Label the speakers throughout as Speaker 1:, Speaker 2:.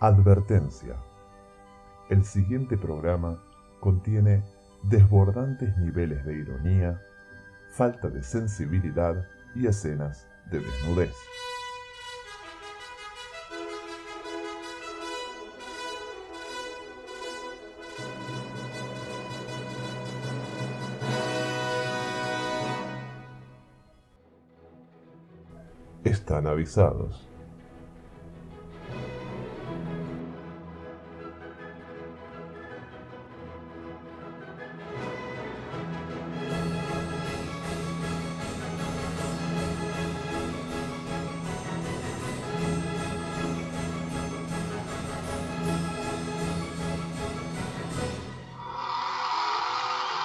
Speaker 1: Advertencia. El siguiente programa contiene desbordantes niveles de ironía, falta de sensibilidad y escenas de desnudez. Están avisados.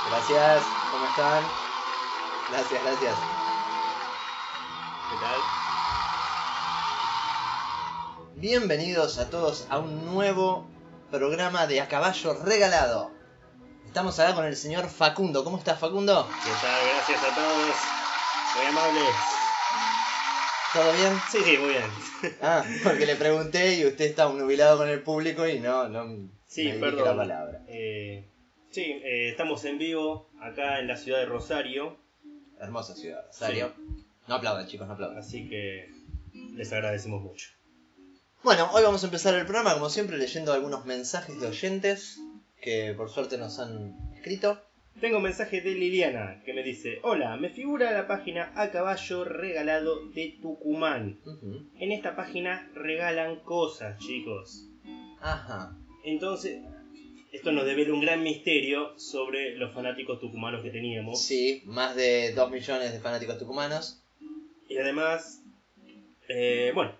Speaker 2: Gracias, ¿cómo están? Gracias, gracias.
Speaker 3: ¿Qué tal?
Speaker 2: Bienvenidos a todos a un nuevo programa de A Caballo Regalado. Estamos acá con el señor Facundo. ¿Cómo estás, Facundo?
Speaker 3: ¿Qué tal? Gracias a todos. Muy amables.
Speaker 2: ¿Todo bien?
Speaker 3: Sí, sí, muy bien.
Speaker 2: Ah, porque le pregunté y usted está nubilado con el público y no, no
Speaker 3: Sí,
Speaker 2: me dirige
Speaker 3: perdón.
Speaker 2: la palabra.
Speaker 3: Eh, sí, eh, estamos en vivo acá en la ciudad de Rosario,
Speaker 2: Hermosa ciudad, Rosario. No aplaudan, chicos, no aplaudan.
Speaker 3: así que les agradecemos mucho.
Speaker 2: Bueno, hoy vamos a empezar el programa, como siempre, leyendo algunos mensajes de oyentes que por suerte nos han escrito.
Speaker 3: Tengo un mensaje de Liliana que me dice, hola, me figura la página A Caballo Regalado de Tucumán.
Speaker 2: Ujú.
Speaker 3: En esta página regalan cosas, chicos.
Speaker 2: Ajá.
Speaker 3: Entonces, esto nos devela un gran misterio sobre los fanáticos tucumanos que teníamos.
Speaker 2: Sí, más de 2 millones de fanáticos tucumanos.
Speaker 3: Y además, eh, bueno,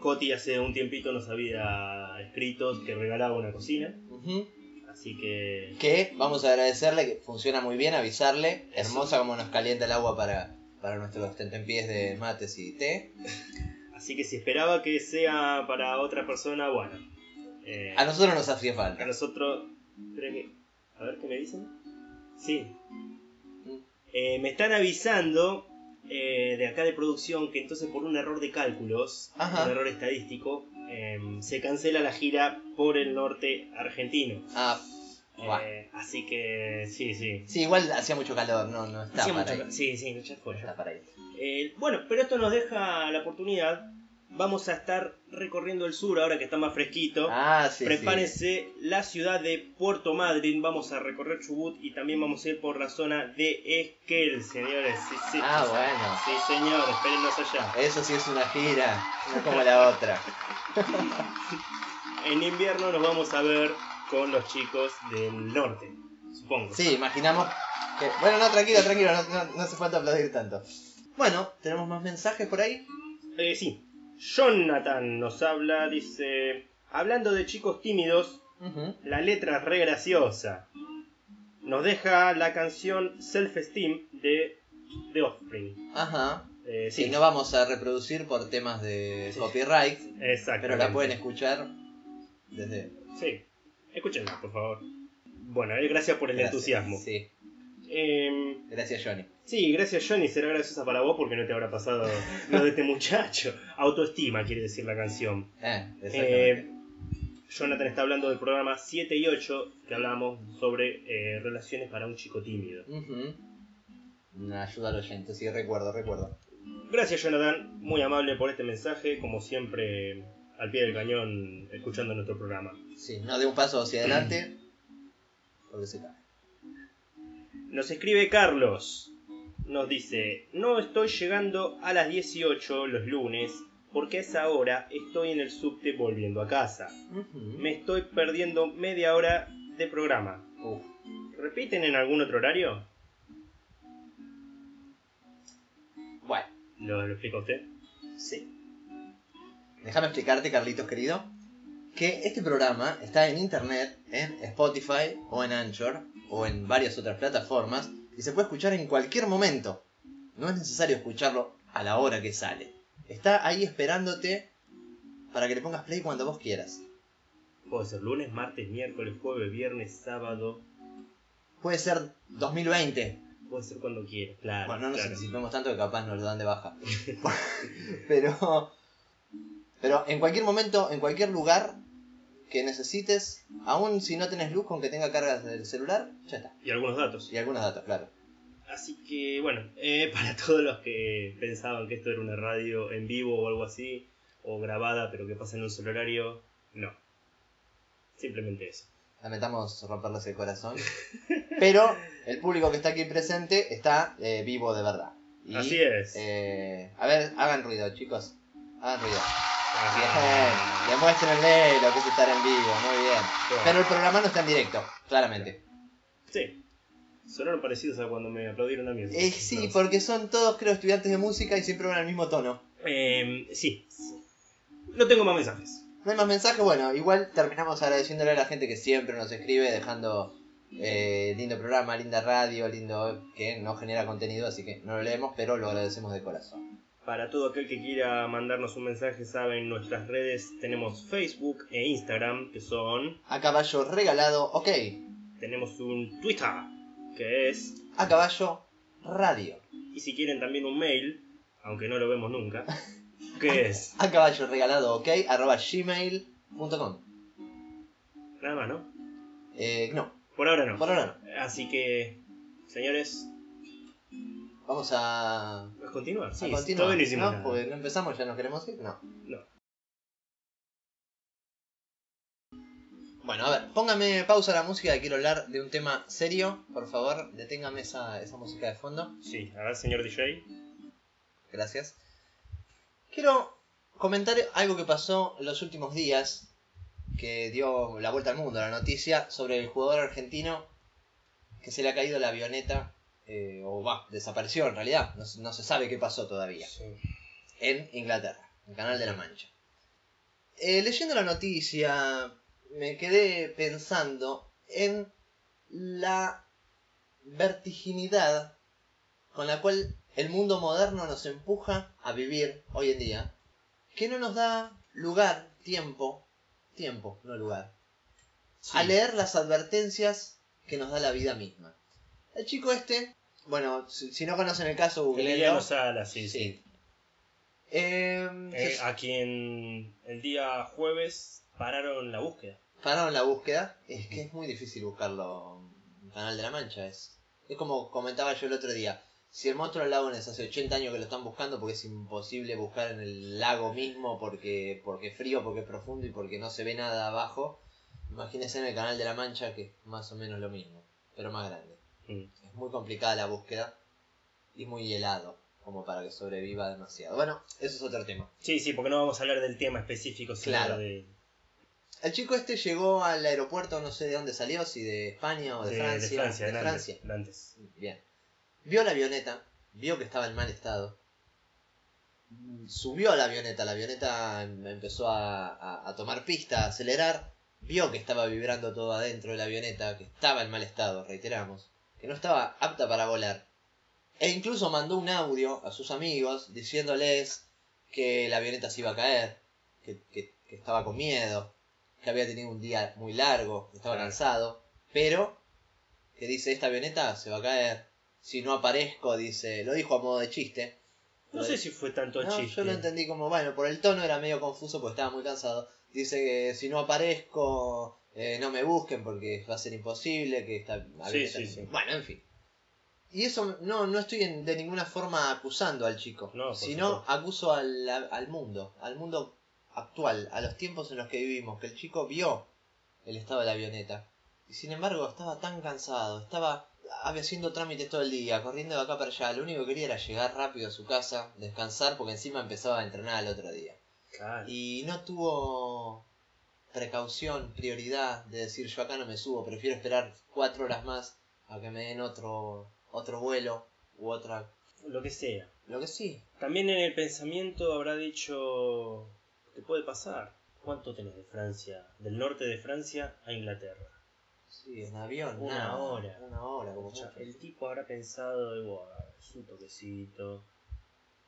Speaker 3: Coti hace un tiempito nos había escrito que regalaba una cocina,
Speaker 2: Ujú.
Speaker 3: así que...
Speaker 2: Que vamos a agradecerle, que funciona muy bien, avisarle. Hermosa como nos calienta el agua para, para nuestros tentempiés de mates y té.
Speaker 3: Así que si esperaba que sea para otra persona, bueno. eh,
Speaker 2: A nosotros nos hacía
Speaker 3: a
Speaker 2: falta.
Speaker 3: nosotros... esperen que- A ver qué me dicen. Sí.
Speaker 2: Mm.
Speaker 3: Eh, me están avisando eh, de acá de producción que entonces por un error de cálculos,
Speaker 2: Ajá.
Speaker 3: un error estadístico, eh, se cancela la gira por el norte argentino.
Speaker 2: Ah, buah.
Speaker 3: Eh, así que sí, sí.
Speaker 2: Sí, igual hacía mucho calor, no, no está
Speaker 3: Hacía
Speaker 2: para
Speaker 3: mucho
Speaker 2: ir.
Speaker 3: ca- Sí, sí, ya fue.
Speaker 2: No
Speaker 3: ya
Speaker 2: está para ir.
Speaker 3: eh, bueno, pero esto nos deja la oportunidad. Vamos a estar recorriendo el sur ahora que está más fresquito.
Speaker 2: Ah, sí. sí.
Speaker 3: Prepárense la ciudad de Puerto Madryn. Vamos a recorrer Chubut y también vamos a ir por la zona de Esquel, señores. Sí, sí,
Speaker 2: Ah,
Speaker 3: sí.
Speaker 2: bueno.
Speaker 3: Sí, señor, espérennos allá.
Speaker 2: Eso sí es una gira, no como la otra.
Speaker 3: En invierno nos vamos a ver con los chicos del norte, supongo.
Speaker 2: Sí, imaginamos que... Bueno, no, tranquilo, tranquilo, no, no, no hace falta aplaudir tanto. Bueno, ¿tenemos más mensajes por ahí?
Speaker 3: Eh, sí, Jonathan nos habla, dice, hablando de chicos tímidos,
Speaker 2: Ujú.
Speaker 3: la letra es re graciosa. Nos deja la canción Self Esteem de The Offspring.
Speaker 2: Ajá.
Speaker 3: Eh,
Speaker 2: Sí,
Speaker 3: sí,
Speaker 2: no vamos a reproducir por temas de
Speaker 3: Sí.
Speaker 2: copyright,
Speaker 3: exacto.
Speaker 2: pero la pueden e- escuchar desde...
Speaker 3: Sí, escúchenla, por favor. Bueno, eh, gracias por el
Speaker 2: Gracias.
Speaker 3: entusiasmo.
Speaker 2: Sí,
Speaker 3: Eh,
Speaker 2: gracias Johnny.
Speaker 3: sí, gracias Johnny, será graciosa para vos porque no te habrá pasado lo de este muchacho. Autoestima quiere decir la canción.
Speaker 2: Eh, exactamente.
Speaker 3: Eh, Jonathan está hablando del programa 7 y 8 que hablábamos sobre eh, relaciones para un chico tímido.
Speaker 2: Ujú. Una ayuda al oyente, sí, recuerdo, recuerdo.
Speaker 3: Gracias Jonathan, muy amable por este mensaje, como siempre al pie del cañón escuchando nuestro programa.
Speaker 2: Sí, no de un paso hacia adelante, porque se cae.
Speaker 3: Nos escribe Carlos, nos dice, no estoy llegando a las 18 los lunes porque a esa hora estoy en el subte volviendo a casa.
Speaker 2: Ujú.
Speaker 3: Me estoy perdiendo media hora de programa.
Speaker 2: Uf.
Speaker 3: ¿Repiten en algún otro horario?
Speaker 2: Bueno,
Speaker 3: ¿Lo, lo explica usted?
Speaker 2: sí. Déjame explicarte, Carlitos querido, que este programa está en internet, en Spotify o en Anchor o en varias otras plataformas y se puede escuchar en cualquier momento. No es necesario escucharlo a la hora que sale. Está ahí esperándote para que le pongas play cuando vos quieras.
Speaker 3: Puede ser lunes, martes, miércoles, jueves, viernes, sábado.
Speaker 2: Puede ser 2020.
Speaker 3: Puede ser cuando quiera. Claro.
Speaker 2: Bueno, no nos
Speaker 3: claro.
Speaker 2: anticipemos tanto que capaz nos lo dan de baja. Pero Pero en cualquier momento, en cualquier lugar que necesites, aún si no tenés luz con que tenga cargas del celular, ya está.
Speaker 3: Y algunos datos.
Speaker 2: Y algunos datos, claro.
Speaker 3: Así que, bueno, eh, para todos los que pensaban que esto era una radio en vivo o algo así, o grabada pero que pasa en un solo horario, no. Simplemente eso.
Speaker 2: Lamentamos romperles el corazón. Pero el público que está aquí presente está eh, vivo de verdad. Y,
Speaker 3: así es.
Speaker 2: eh, a ver, hagan ruido, chicos. Hagan ruido. Bien.
Speaker 3: Ah,
Speaker 2: Demuéstrenle lo que es estar en vivo. Muy bien.
Speaker 3: bueno.
Speaker 2: Pero el programa no está en directo, claramente.
Speaker 3: Sí. Sonaron parecidos a cuando me aplaudieron a mí.
Speaker 2: Eh, sí, porque son todos, creo, estudiantes de música y siempre van al mismo tono.
Speaker 3: Eh, sí. No tengo más mensajes.
Speaker 2: No hay más mensajes, bueno, igual terminamos agradeciéndole a la gente que siempre nos escribe, dejando eh, lindo programa, linda radio, lindo que no genera contenido, así que no lo leemos, pero lo agradecemos de corazón.
Speaker 3: Para todo aquel que quiera mandarnos un mensaje, saben, nuestras redes tenemos Facebook e Instagram, que son...
Speaker 2: A caballo regalado, ok.
Speaker 3: Tenemos un Twitter, que es
Speaker 2: A caballo radio.
Speaker 3: Y si quieren también un mail, aunque no lo vemos nunca, que es
Speaker 2: A caballo regalado, ok, arroba gmail.com.
Speaker 3: nada más, ¿no?
Speaker 2: Eh, no,
Speaker 3: Por ahora no.
Speaker 2: por ahora
Speaker 3: Así que, señores,
Speaker 2: no. Vamos a, a
Speaker 3: a continuar. Sí,
Speaker 2: continuar.
Speaker 3: todavía no pues. hicimos
Speaker 2: Ah, ¿no?
Speaker 3: nada.
Speaker 2: Porque no empezamos, ya nos queremos ir, no.
Speaker 3: No.
Speaker 2: Bueno, a ver, póngame pausa a la música, que quiero hablar de un tema serio, por favor, deténgame esa, esa música de fondo.
Speaker 3: Sí, a ver, señor DJ.
Speaker 2: Gracias. Quiero comentar algo que pasó en los últimos días, que dio la vuelta al mundo la noticia sobre el jugador argentino que se le ha caído la avioneta, eh, o va, desapareció en realidad, no, se- no se sabe qué pasó todavía, en Inglaterra, en Canal de la Mancha. Eh, leyendo la noticia, me quedé pensando en la vertiginidad con la cual el mundo moderno nos empuja a vivir hoy en día, que no nos da lugar, tiempo, tiempo, no lugar, a leer las advertencias que nos da la vida misma. El chico este, bueno, si, si no conocen el caso, googleenlo.
Speaker 3: Emiliano Sala, sí, sí.
Speaker 2: Sí. Em,
Speaker 3: Eh,
Speaker 2: se
Speaker 3: a quien el día jueves pararon la búsqueda.
Speaker 2: pararon la búsqueda. Es que es muy difícil buscarlo en Canal de la Mancha. Es, es como comentaba yo el otro día. Si el monstruo del lago Ness hace 80 años que lo están buscando porque es imposible buscar en el lago mismo porque, porque es frío, porque es profundo y porque no se ve nada abajo, imagínense en el Canal de la Mancha que es más o menos lo mismo, pero más grande.
Speaker 3: Mm.
Speaker 2: Es muy complicada la búsqueda y muy helado como para que sobreviva demasiado. Bueno, eso es otro tema.
Speaker 3: Sí, sí, porque no vamos a hablar del tema específico, sino
Speaker 2: Claro.
Speaker 3: de,
Speaker 2: El chico este llegó al aeropuerto, no sé de dónde salió, si de España o de,
Speaker 3: de- de
Speaker 2: Francia.
Speaker 3: Francia,
Speaker 2: de
Speaker 3: de
Speaker 2: Francia.
Speaker 3: Nantes, Nantes.
Speaker 2: Bien. Vio la avioneta, vio que estaba en mal estado. Subió a la avioneta, la avioneta em- empezó a, a- a tomar pista, a acelerar. Vio que estaba vibrando todo adentro de la avioneta, que estaba en mal estado, reiteramos. Que no estaba apta para volar. E incluso mandó un audio a sus amigos diciéndoles que la avioneta se iba a caer, que, que- que estaba con miedo, que había tenido un día muy largo, que estaba
Speaker 3: Claro.
Speaker 2: cansado, pero que dice esta avioneta se va a caer. Si no aparezco, dice, lo dijo a modo de chiste.
Speaker 3: No sé si fue tanto
Speaker 2: No,
Speaker 3: chiste.
Speaker 2: yo lo entendí como, bueno, por el tono era medio confuso porque estaba muy cansado. Dice que si no aparezco, eh, no me busquen porque va a ser imposible, que está...
Speaker 3: sí, sí.
Speaker 2: Bueno, en fin. Y eso no, no estoy en- de ninguna forma acusando al chico,
Speaker 3: No, por
Speaker 2: sino
Speaker 3: supuesto.
Speaker 2: acuso al, al mundo, al mundo actual, a los tiempos en los que vivimos, que el chico vio el estado de la avioneta. Y sin embargo estaba tan cansado, estaba había haciendo trámites todo el día, corriendo de acá para allá, lo único que quería era llegar rápido a su casa, descansar, porque encima empezaba a entrenar al otro día.
Speaker 3: Claro.
Speaker 2: Y no tuvo precaución, prioridad de decir yo acá no me subo, prefiero esperar cuatro horas más a que me den otro, otro vuelo u otra...
Speaker 3: Lo que sea.
Speaker 2: Lo que sí,
Speaker 3: También en el pensamiento habrá dicho, te puede pasar. ¿Cuánto tenés de Francia? Del norte de Francia a Inglaterra.
Speaker 2: sí, en avión,
Speaker 3: Una
Speaker 2: nada,
Speaker 3: hora.
Speaker 2: Una hora, como mucho.
Speaker 3: El tipo habrá pensado, de, "Buah, es un toquecito.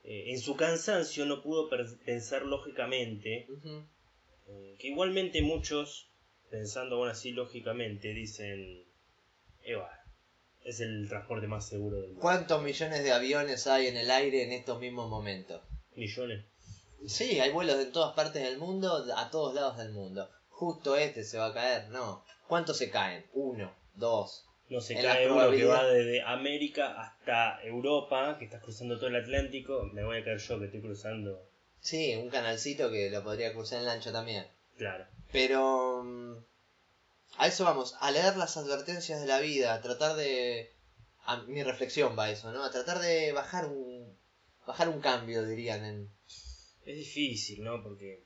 Speaker 3: Eh, en su cansancio no pudo per- pensar lógicamente,
Speaker 2: Ujú.
Speaker 3: eh, que igualmente muchos, pensando aún así lógicamente, dicen, Eva, es el transporte más seguro del mundo.
Speaker 2: ¿Cuántos millones de aviones hay en el aire en estos mismos momentos?
Speaker 3: Millones.
Speaker 2: Sí, hay vuelos de todas partes del mundo, a todos lados del mundo. Justo este se va a caer, no. ¿Cuántos se caen? Uno, dos.
Speaker 3: No se
Speaker 2: En la
Speaker 3: cae uno que
Speaker 2: probabilidad.
Speaker 3: va desde América hasta Europa, que estás cruzando todo el Atlántico. Me voy a caer yo que estoy cruzando.
Speaker 2: Sí, un canalcito que lo podría cruzar en lancha también.
Speaker 3: Claro.
Speaker 2: Pero... mm, A eso vamos, a leer las advertencias de la vida, a tratar de... A mi reflexión va eso, ¿no? A tratar de bajar un... Bajar un cambio, dirían en...
Speaker 3: Es difícil, ¿no? Porque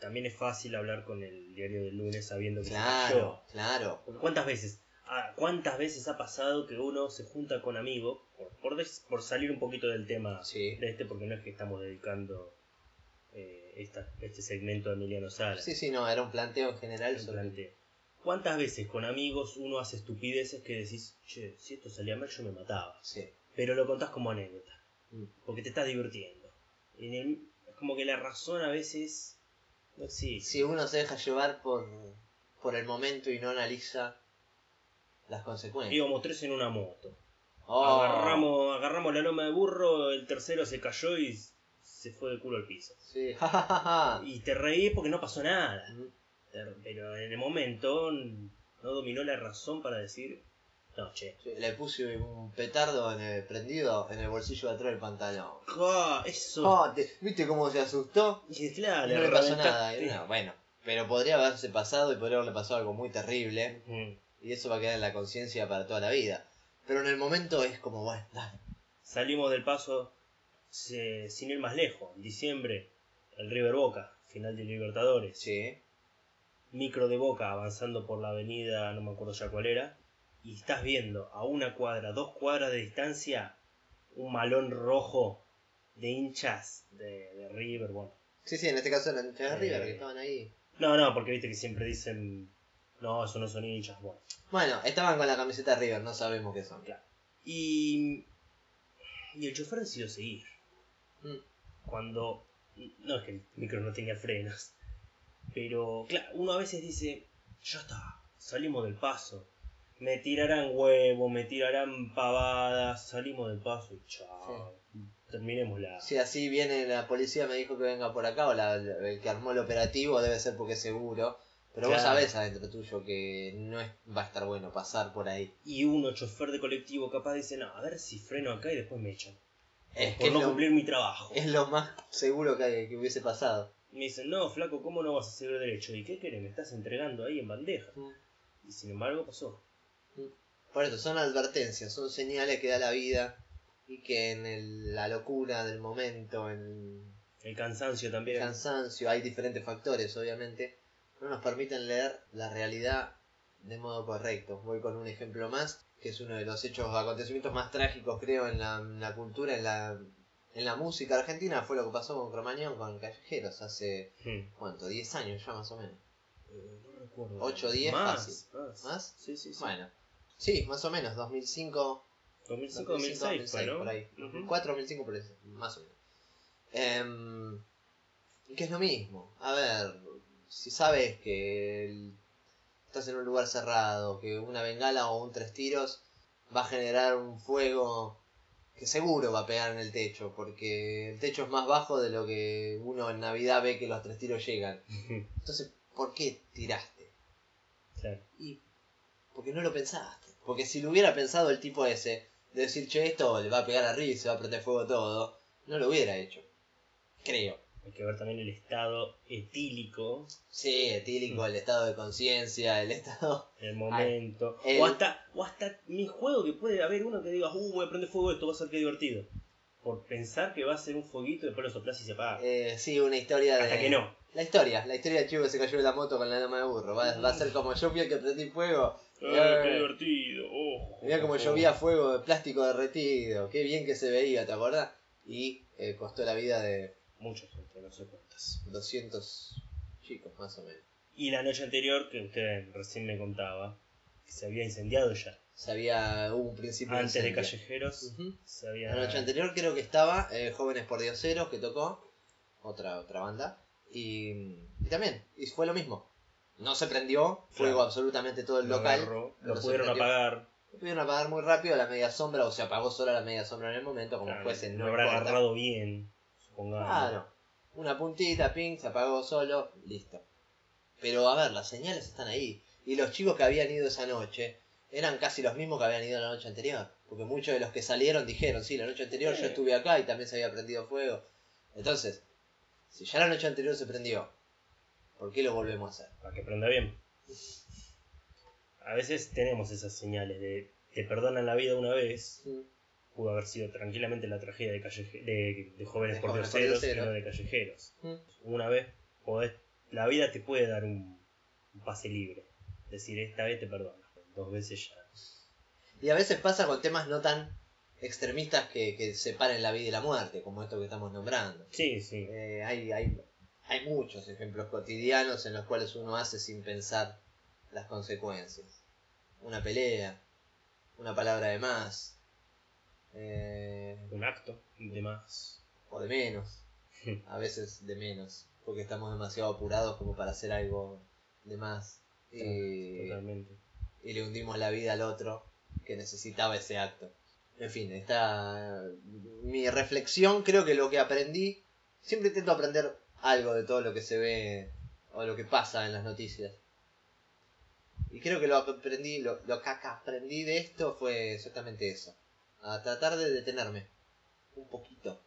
Speaker 3: también es fácil hablar con el diario del lunes sabiendo que se cayó.
Speaker 2: Claro, claro.
Speaker 3: Porque ¿Cuántas veces? ah, ¿Cuántas veces ha pasado que uno se junta con amigos? Por, por, des- por salir un poquito del tema
Speaker 2: Sí.
Speaker 3: de este, porque no es que estamos dedicando eh, esta- este segmento a Emiliano Sala.
Speaker 2: Sí, sí, no, era un planteo en general
Speaker 3: el
Speaker 2: sobre...
Speaker 3: planteo. ¿Cuántas veces con amigos uno hace estupideces que decís, che, si esto salía mal yo me mataba?
Speaker 2: Sí.
Speaker 3: Pero lo contás como anécdota,
Speaker 2: Mm.
Speaker 3: porque te estás divirtiendo. En el- es como que la razón a veces no existe.
Speaker 2: si uno se deja llevar por, por el momento y no analiza las consecuencias.
Speaker 3: Íbamos tres en una moto.
Speaker 2: Oh,
Speaker 3: Agarramos, agarramos la loma de burro, el tercero se cayó y s- se fue de culo al piso.
Speaker 2: Sí. ja, ja, ja, ja.
Speaker 3: Y te reí porque no pasó nada.
Speaker 2: Mm,
Speaker 3: Pero- Pero en el momento n- no dominó la razón para decir, no, che.
Speaker 2: sí, Le puse un petardo en el- prendido en el bolsillo de atrás del pantalón.
Speaker 3: ah, eso.
Speaker 2: Oh, te- ¿Viste cómo se asustó?
Speaker 3: Y claro,
Speaker 2: Y no
Speaker 3: le
Speaker 2: Ah, le pasó
Speaker 3: reventaste.
Speaker 2: nada. y no, bueno, pero podría haberse pasado y podría haberle pasado algo muy terrible.
Speaker 3: Ujú.
Speaker 2: Y eso va a quedar en la conciencia para toda la vida. Pero en el momento es como, bueno, dale.
Speaker 3: Salimos del paso se- sin ir más lejos. En diciembre, el River Boca, final de Libertadores.
Speaker 2: Sí,
Speaker 3: Micro de Boca avanzando por la avenida, no me acuerdo ya cuál era. Y estás viendo a una cuadra, dos cuadras de distancia, un malón rojo de hinchas de, de River. Bueno,
Speaker 2: sí, sí, en este caso eran hinchas de
Speaker 3: Eh.
Speaker 2: River que estaban ahí.
Speaker 3: no, no, porque viste que siempre dicen, no, eso no son hinchas. Bueno,
Speaker 2: Bueno, estaban con la camiseta de River, no sabemos qué son.
Speaker 3: Y, y el chofer decidió seguir.
Speaker 2: Mm.
Speaker 3: Cuando. No es que el micro no tenía frenos. Pero, claro, uno a veces dice: Ya está, salimos del paso. Me tirarán huevos, me tirarán pavadas, salimos del paso y chao. Terminemos la.
Speaker 2: Si así viene la policía, me dijo que venga por acá, o la- el que armó el operativo debe ser porque es seguro. Pero vos
Speaker 3: Claro.
Speaker 2: sabés adentro tuyo que no es- va a estar bueno pasar por ahí.
Speaker 3: Y uno, chofer de colectivo, capaz dice: No, a ver si freno acá y después me echan.
Speaker 2: Es
Speaker 3: por
Speaker 2: que
Speaker 3: no
Speaker 2: es lo,
Speaker 3: cumplir mi trabajo.
Speaker 2: es lo más seguro que, que hubiese pasado.
Speaker 3: Me dicen: No, flaco, ¿cómo no vas a seguir derecho? ¿Y qué querés? Me estás entregando ahí en bandeja. Y sin embargo pasó.
Speaker 2: Por eso, son advertencias, son señales que da la vida y que en el- la locura del momento, en
Speaker 3: El cansancio también.
Speaker 2: el cansancio, hay diferentes factores, obviamente, no nos permiten leer la realidad de modo correcto. Voy con un ejemplo más, que es uno de los hechos, acontecimientos más trágicos, creo, en la, en la cultura, en la, en la música argentina, fue lo que pasó con Cromañón, con Callejeros, hace,
Speaker 3: Hmm. Eh,
Speaker 2: ¿cuánto? 10 años ya, más o menos.
Speaker 3: no recuerdo.
Speaker 2: Ocho, diez,
Speaker 3: Más,
Speaker 2: fácil.
Speaker 3: Más.
Speaker 2: ¿Más?
Speaker 3: Sí, sí, sí.
Speaker 2: Bueno, sí, más o menos, 2005,
Speaker 3: 2005,
Speaker 2: 2005,
Speaker 3: 2006, fue, ¿no?
Speaker 2: por ahí.
Speaker 3: Ujú.
Speaker 2: 4 2005 por ahí, más o menos. Em, que es lo mismo. A ver, si sabes que el- estás en un lugar cerrado, que una bengala o un tres tiros va a generar un fuego que seguro va a pegar en el techo, porque el techo es más bajo de lo que uno en Navidad ve que los tres tiros llegan. Entonces, ¿por qué tiraste?
Speaker 3: Claro.
Speaker 2: Y porque no lo pensaste. Porque si lo hubiera pensado el tipo ese, de decir, che, esto le va a pegar a Riz, se va a prender fuego todo, no lo hubiera hecho. Creo.
Speaker 3: Hay que ver también el estado etílico
Speaker 2: Sí, etílico,
Speaker 3: Mm.
Speaker 2: el estado de conciencia, el estado...
Speaker 3: en el momento.
Speaker 2: el-
Speaker 3: O, hasta, o hasta mi juego que puede haber uno que diga, uh, voy a prender fuego esto, va a ser que divertido. Por pensar que va a ser un fueguito y después lo soplás y se apaga.
Speaker 2: eh, sí, una historia de...
Speaker 3: Ah. hasta que no.
Speaker 2: La historia, la historia del chico que se cayó de la moto con la lama de burro. Va, va a ser como yo vi al que prendí fuego,
Speaker 3: Eh, qué
Speaker 2: eh,
Speaker 3: divertido. ojo,
Speaker 2: mirá como
Speaker 3: ojo.
Speaker 2: llovía fuego de plástico derretido, qué bien que se veía, ¿te acordás? Y eh, costó la vida de
Speaker 3: Mucha gente, no sé cuántas.
Speaker 2: 200 chicos, más o menos.
Speaker 3: Y la noche anterior, que usted recién me contaba, que se había incendiado ya.
Speaker 2: Se había, hubo un principio
Speaker 3: Antes de
Speaker 2: incendio.
Speaker 3: Callejeros,
Speaker 2: Ujú.
Speaker 3: se había...
Speaker 2: La noche anterior creo que estaba eh, Jóvenes por Dioseros que tocó, otra, otra banda, y, y también, y fue lo mismo. No se prendió, fuego
Speaker 3: Claro.
Speaker 2: absolutamente todo el
Speaker 3: lo
Speaker 2: local.
Speaker 3: agarró,
Speaker 2: pero
Speaker 3: lo
Speaker 2: se
Speaker 3: pudieron
Speaker 2: prendió.
Speaker 3: apagar.
Speaker 2: Lo Pudieron apagar muy rápido la media sombra, o se apagó sola la media sombra en el momento, como
Speaker 3: Claro,
Speaker 2: fuese, no
Speaker 3: lo habrá
Speaker 2: importa.
Speaker 3: agarrado bien, supongamos.
Speaker 2: Claro. una puntita, ping, se apagó solo, listo. Pero a ver, las señales están ahí. Y los chicos que habían ido esa noche eran casi los mismos que habían ido la noche anterior. Porque muchos de los que salieron dijeron, sí, la noche anterior
Speaker 3: Sí.
Speaker 2: yo estuve acá y también se había prendido fuego. Entonces, si ya la noche anterior se prendió, ¿por qué lo volvemos a hacer?
Speaker 3: para que prenda bien. A veces tenemos esas señales de te perdonan la vida una vez, pudo haber sido tranquilamente la tragedia de, calleje- de, de jóvenes
Speaker 2: De jóvenes
Speaker 3: pordioseros y
Speaker 2: pordioseros.
Speaker 3: no de callejeros.
Speaker 2: Mm.
Speaker 3: Una vez podés, la vida te puede dar un, un pase libre. Decir, esta vez te perdono. Dos veces ya.
Speaker 2: Y a veces pasa con temas no tan extremistas que, que separen la vida y la muerte, como esto que estamos nombrando.
Speaker 3: Sí, sí.
Speaker 2: Eh, hay, hay, hay muchos ejemplos cotidianos en los cuales uno hace sin pensar las consecuencias. Una pelea, una palabra de más, eh,
Speaker 3: Un acto de más.
Speaker 2: o de menos, a veces de menos, porque estamos demasiado apurados como para hacer algo de más. Eh, Y,
Speaker 3: Totalmente.
Speaker 2: y le hundimos la vida al otro que necesitaba ese acto. En fin, esta mi reflexión, creo que lo que aprendí, siempre intento aprender algo de todo lo que se ve o lo que pasa en las noticias. Y creo que lo que aprendí, lo, lo que acá aprendí de esto fue exactamente eso. A tratar de detenerme. Un poquito.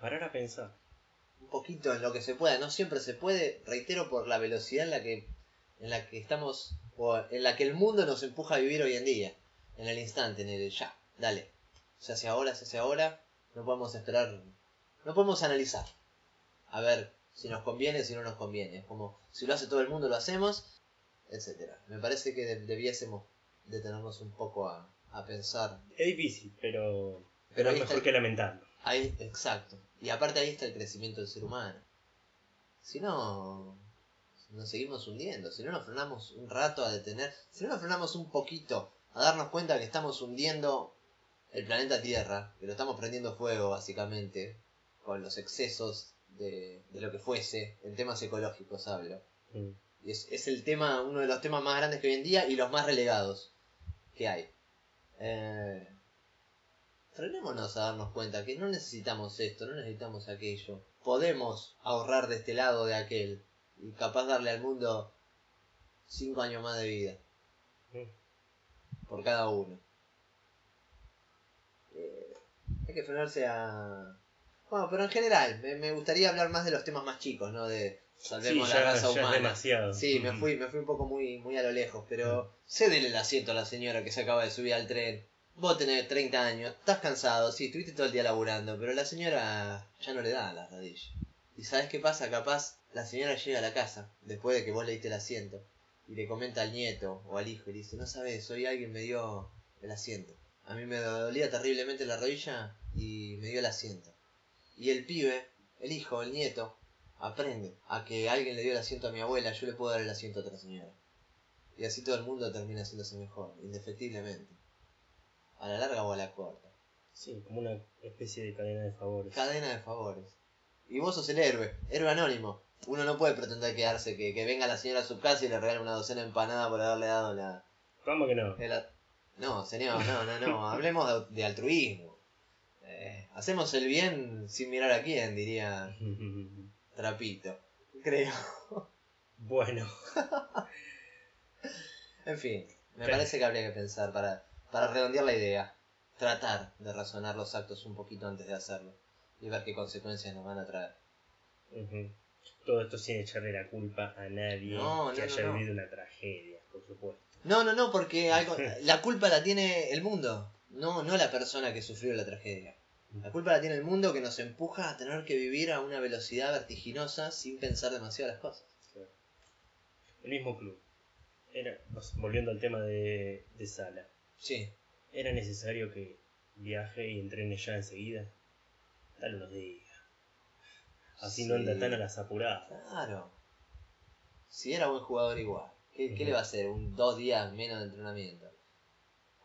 Speaker 3: Parar a pensar.
Speaker 2: Un poquito en lo que se pueda. No siempre se puede, reitero, por la velocidad en la que, en la que estamos, o en la que el mundo nos empuja a vivir hoy en día. En el instante, en el ya. Dale. Se hace ahora, se hace ahora. No podemos esperar. No podemos analizar. A ver si nos conviene, si no nos conviene. Es como, si lo hace todo el mundo, lo hacemos, etcétera. Me parece que de- debiésemos detenernos un poco a, a pensar.
Speaker 3: Es difícil, pero,
Speaker 2: Pero
Speaker 3: pero
Speaker 2: ahí
Speaker 3: es
Speaker 2: está el-
Speaker 3: mejor que lamentarlo.
Speaker 2: Ahí, exacto. Y aparte ahí está el crecimiento del ser humano. Si no, nos seguimos hundiendo. Si no nos frenamos un rato a detener. Si no nos frenamos un poquito a darnos cuenta que estamos hundiendo el planeta Tierra. Que lo estamos prendiendo fuego, básicamente. Con los excesos de, de lo que fuese. En temas ecológicos hablo.
Speaker 3: Mm.
Speaker 2: Y es, es el tema, uno de los temas más grandes que hoy en día y los más relegados que hay. Eh, frenémonos a darnos cuenta que no necesitamos esto, no necesitamos aquello. Podemos ahorrar de este lado o de aquel y capaz darle al mundo 5 años más de vida
Speaker 3: Mm.
Speaker 2: por cada uno. Eh, hay que frenarse a... Bueno, pero en general, me, me gustaría hablar más de los temas más chicos, ¿no? De salvemos
Speaker 3: Sí,
Speaker 2: la
Speaker 3: ya-
Speaker 2: raza
Speaker 3: ya es
Speaker 2: humana.
Speaker 3: demasiado.
Speaker 2: Sí, me
Speaker 3: Mm.
Speaker 2: fui, me fui un poco muy, muy a lo lejos, pero cédele el asiento a la señora que se acaba de subir al tren. Vos tenés 30 años, estás cansado, sí, estuviste todo el día laburando, pero la señora ya no le da las rodillas. ¿Y sabes qué pasa? Capaz la señora llega a la casa, después de que vos le diste el asiento, y le comenta al nieto o al hijo y le dice, no sabes, hoy alguien me dio el asiento. A mí me dolía terriblemente la rodilla y me dio el asiento. Y el pibe, el hijo, el nieto, aprende a que alguien le dio el asiento a mi abuela, yo le puedo dar el asiento a otra señora. Y así todo el mundo termina haciéndose mejor, indefectiblemente. A la larga o a la corta.
Speaker 3: Sí, como una especie de cadena de favores.
Speaker 2: Cadena de favores. Y vos sos el héroe, héroe anónimo. Uno no puede pretender quedarse que, que venga la señora a su casa y le regale una docena de empanada por haberle dado la...
Speaker 3: Vamos que no.
Speaker 2: el a- No, señor, no, no, no. Hablemos de, au- de altruismo. Eh, hacemos el bien sin mirar a quién, diría Trapito. Creo.
Speaker 3: bueno,
Speaker 2: En fin, me
Speaker 3: Sí.
Speaker 2: parece que habría que pensar para, para redondear la idea. Tratar de razonar los actos un poquito antes de hacerlo y ver qué consecuencias nos van a traer.
Speaker 3: ujú. todo esto sin echarle la culpa a nadie
Speaker 2: No,
Speaker 3: que
Speaker 2: no, no,
Speaker 3: haya
Speaker 2: no.
Speaker 3: vivido una tragedia, por supuesto.
Speaker 2: No, no, no, porque algo, la culpa la tiene el mundo, no, no la persona que sufrió la tragedia. La culpa la tiene el mundo que nos empuja a tener que vivir a una velocidad vertiginosa sin pensar demasiado las cosas.
Speaker 3: El mismo club. Era, nos- volviendo al tema de, de Sala,
Speaker 2: Sí,
Speaker 3: ¿era necesario que viaje y entrene ya enseguida? Tal unos días. Así no
Speaker 2: Sí.
Speaker 3: anda tan a las apuradas.
Speaker 2: claro. Si era buen jugador igual, ¿qué, qué le va a hacer? ¿Un dos días menos de entrenamiento?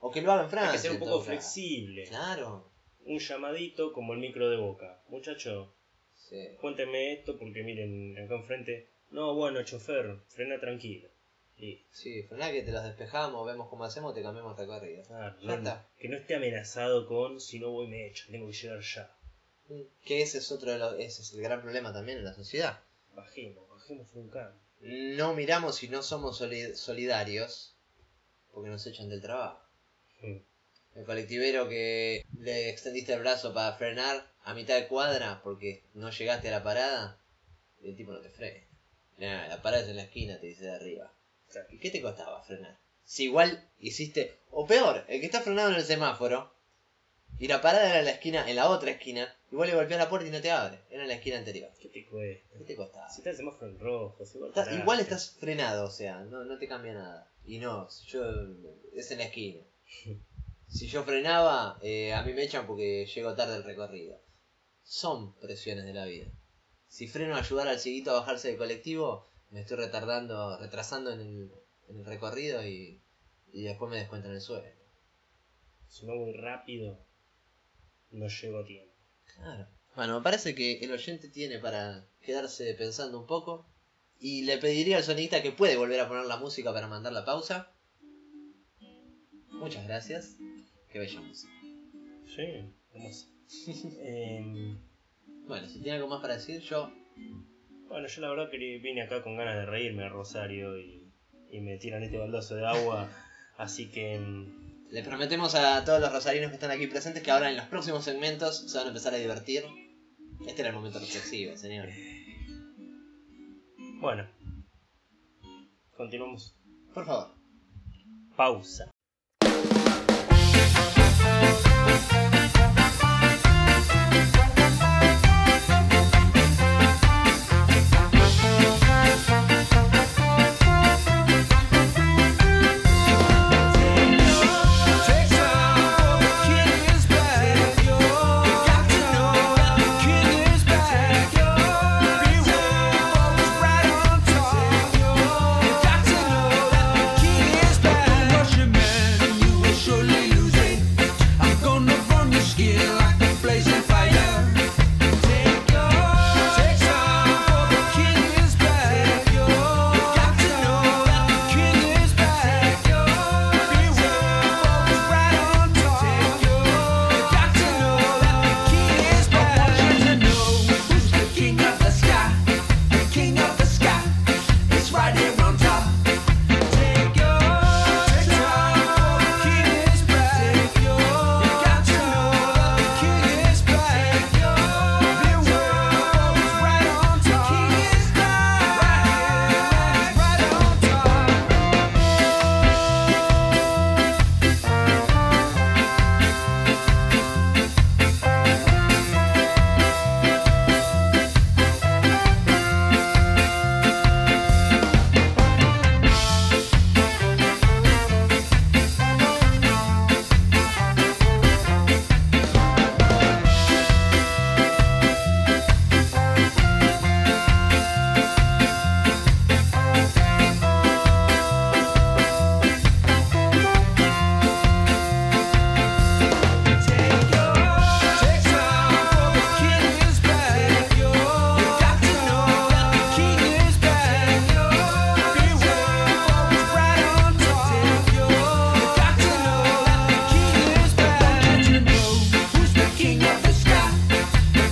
Speaker 2: O que lo haga en Francia.
Speaker 3: Hay que ser un
Speaker 2: en
Speaker 3: poco
Speaker 2: todo caso.
Speaker 3: flexible.
Speaker 2: Claro.
Speaker 3: Un llamadito como el micro de boca. Muchacho,
Speaker 2: Sí.
Speaker 3: cuénteme esto porque miren, acá enfrente. No, bueno, chofer, frena tranquilo. Y,
Speaker 2: Sí, frená que te los despejamos, vemos cómo hacemos, te cambiamos recorrido.
Speaker 3: ah,
Speaker 2: Ya
Speaker 3: no,
Speaker 2: está.
Speaker 3: que no esté amenazado con si no voy me echo, tengo que llegar ya.
Speaker 2: Que ese es otro de los, ese es el gran problema también en la sociedad.
Speaker 3: Bajemos, bajemos un cambio.
Speaker 2: No miramos y no somos soli- solidarios porque nos echan del trabajo.
Speaker 3: Mm.
Speaker 2: El colectivero que le extendiste el brazo para frenar a mitad de cuadra porque no llegaste a la parada, y el tipo no te frena. Nah, la parada es en la esquina, te dice de arriba.
Speaker 3: Claro.
Speaker 2: ¿Y qué te costaba frenar? Si igual hiciste, o peor, el que está frenado en el semáforo y la parada era en la esquina, en la otra esquina, igual le golpeas la puerta y no te abre, era en la esquina anterior.
Speaker 3: ¿Qué te cuesta?
Speaker 2: ¿Qué te costaba?
Speaker 3: Si está el semáforo en rojo, si igual
Speaker 2: Estás-
Speaker 3: parás.
Speaker 2: igual estás frenado, o sea, no, no te cambia nada. Y no, si yo es en la esquina. Si yo frenaba, eh, a mí me echan porque llego tarde el recorrido. Son presiones de la vida. Si freno a ayudar al cieguito a bajarse del colectivo, me estoy retardando, retrasando en el, en el recorrido y, y después me descuentan el sueldo.
Speaker 3: Si no voy rápido, no llego a tiempo.
Speaker 2: Claro. Bueno, me parece que el oyente tiene para quedarse pensando un poco. Y le pediría al sonidista que puede volver a poner la música para mandar la pausa. Muchas gracias. Qué bella música.
Speaker 3: Sí, hermoso. Em,
Speaker 2: Bueno, si tiene algo más para decir, yo.
Speaker 3: bueno, yo la verdad que vine acá con ganas de reírme a Rosario y, y me tiran este baldazo de agua. Así que em,
Speaker 2: Le prometemos a todos los rosarinos que están aquí presentes que ahora en los próximos segmentos se van a empezar a divertir. Este era el momento reflexivo, señor.
Speaker 3: Bueno, continuamos.
Speaker 2: Por favor.
Speaker 3: Pausa.
Speaker 4: Takes out the king is back. You got to know the king is back. Beware of what's right on top. You got to know that the king is back. Don't rush it, man. You will surely lose it. I'm gonna burn your skin like a blazing fire. Take off. Takes out the king is back. You got to know that the king is back. Beware of what's right on top. You got to know that the king is back. I want you to know who's the king of the sky. The king of the sky is right here on top. Take your time, the king is back. You got to know that the king is back. Beware of what's right on top. The king is back, right on top.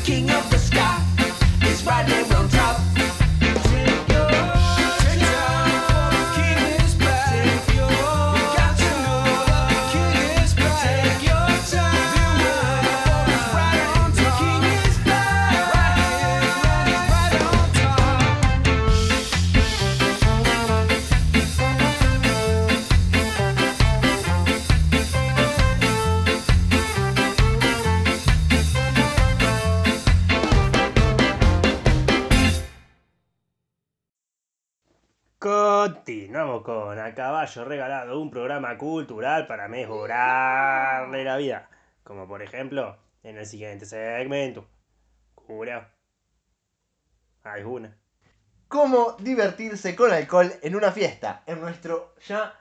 Speaker 4: King of the sky is right there on top.
Speaker 3: Continuamos con A Caballo Regalado, un programa cultural para mejorarle la vida. Como por ejemplo, en el siguiente segmento. Cura. Alguna.
Speaker 2: cómo divertirse con alcohol en una fiesta, en nuestro ya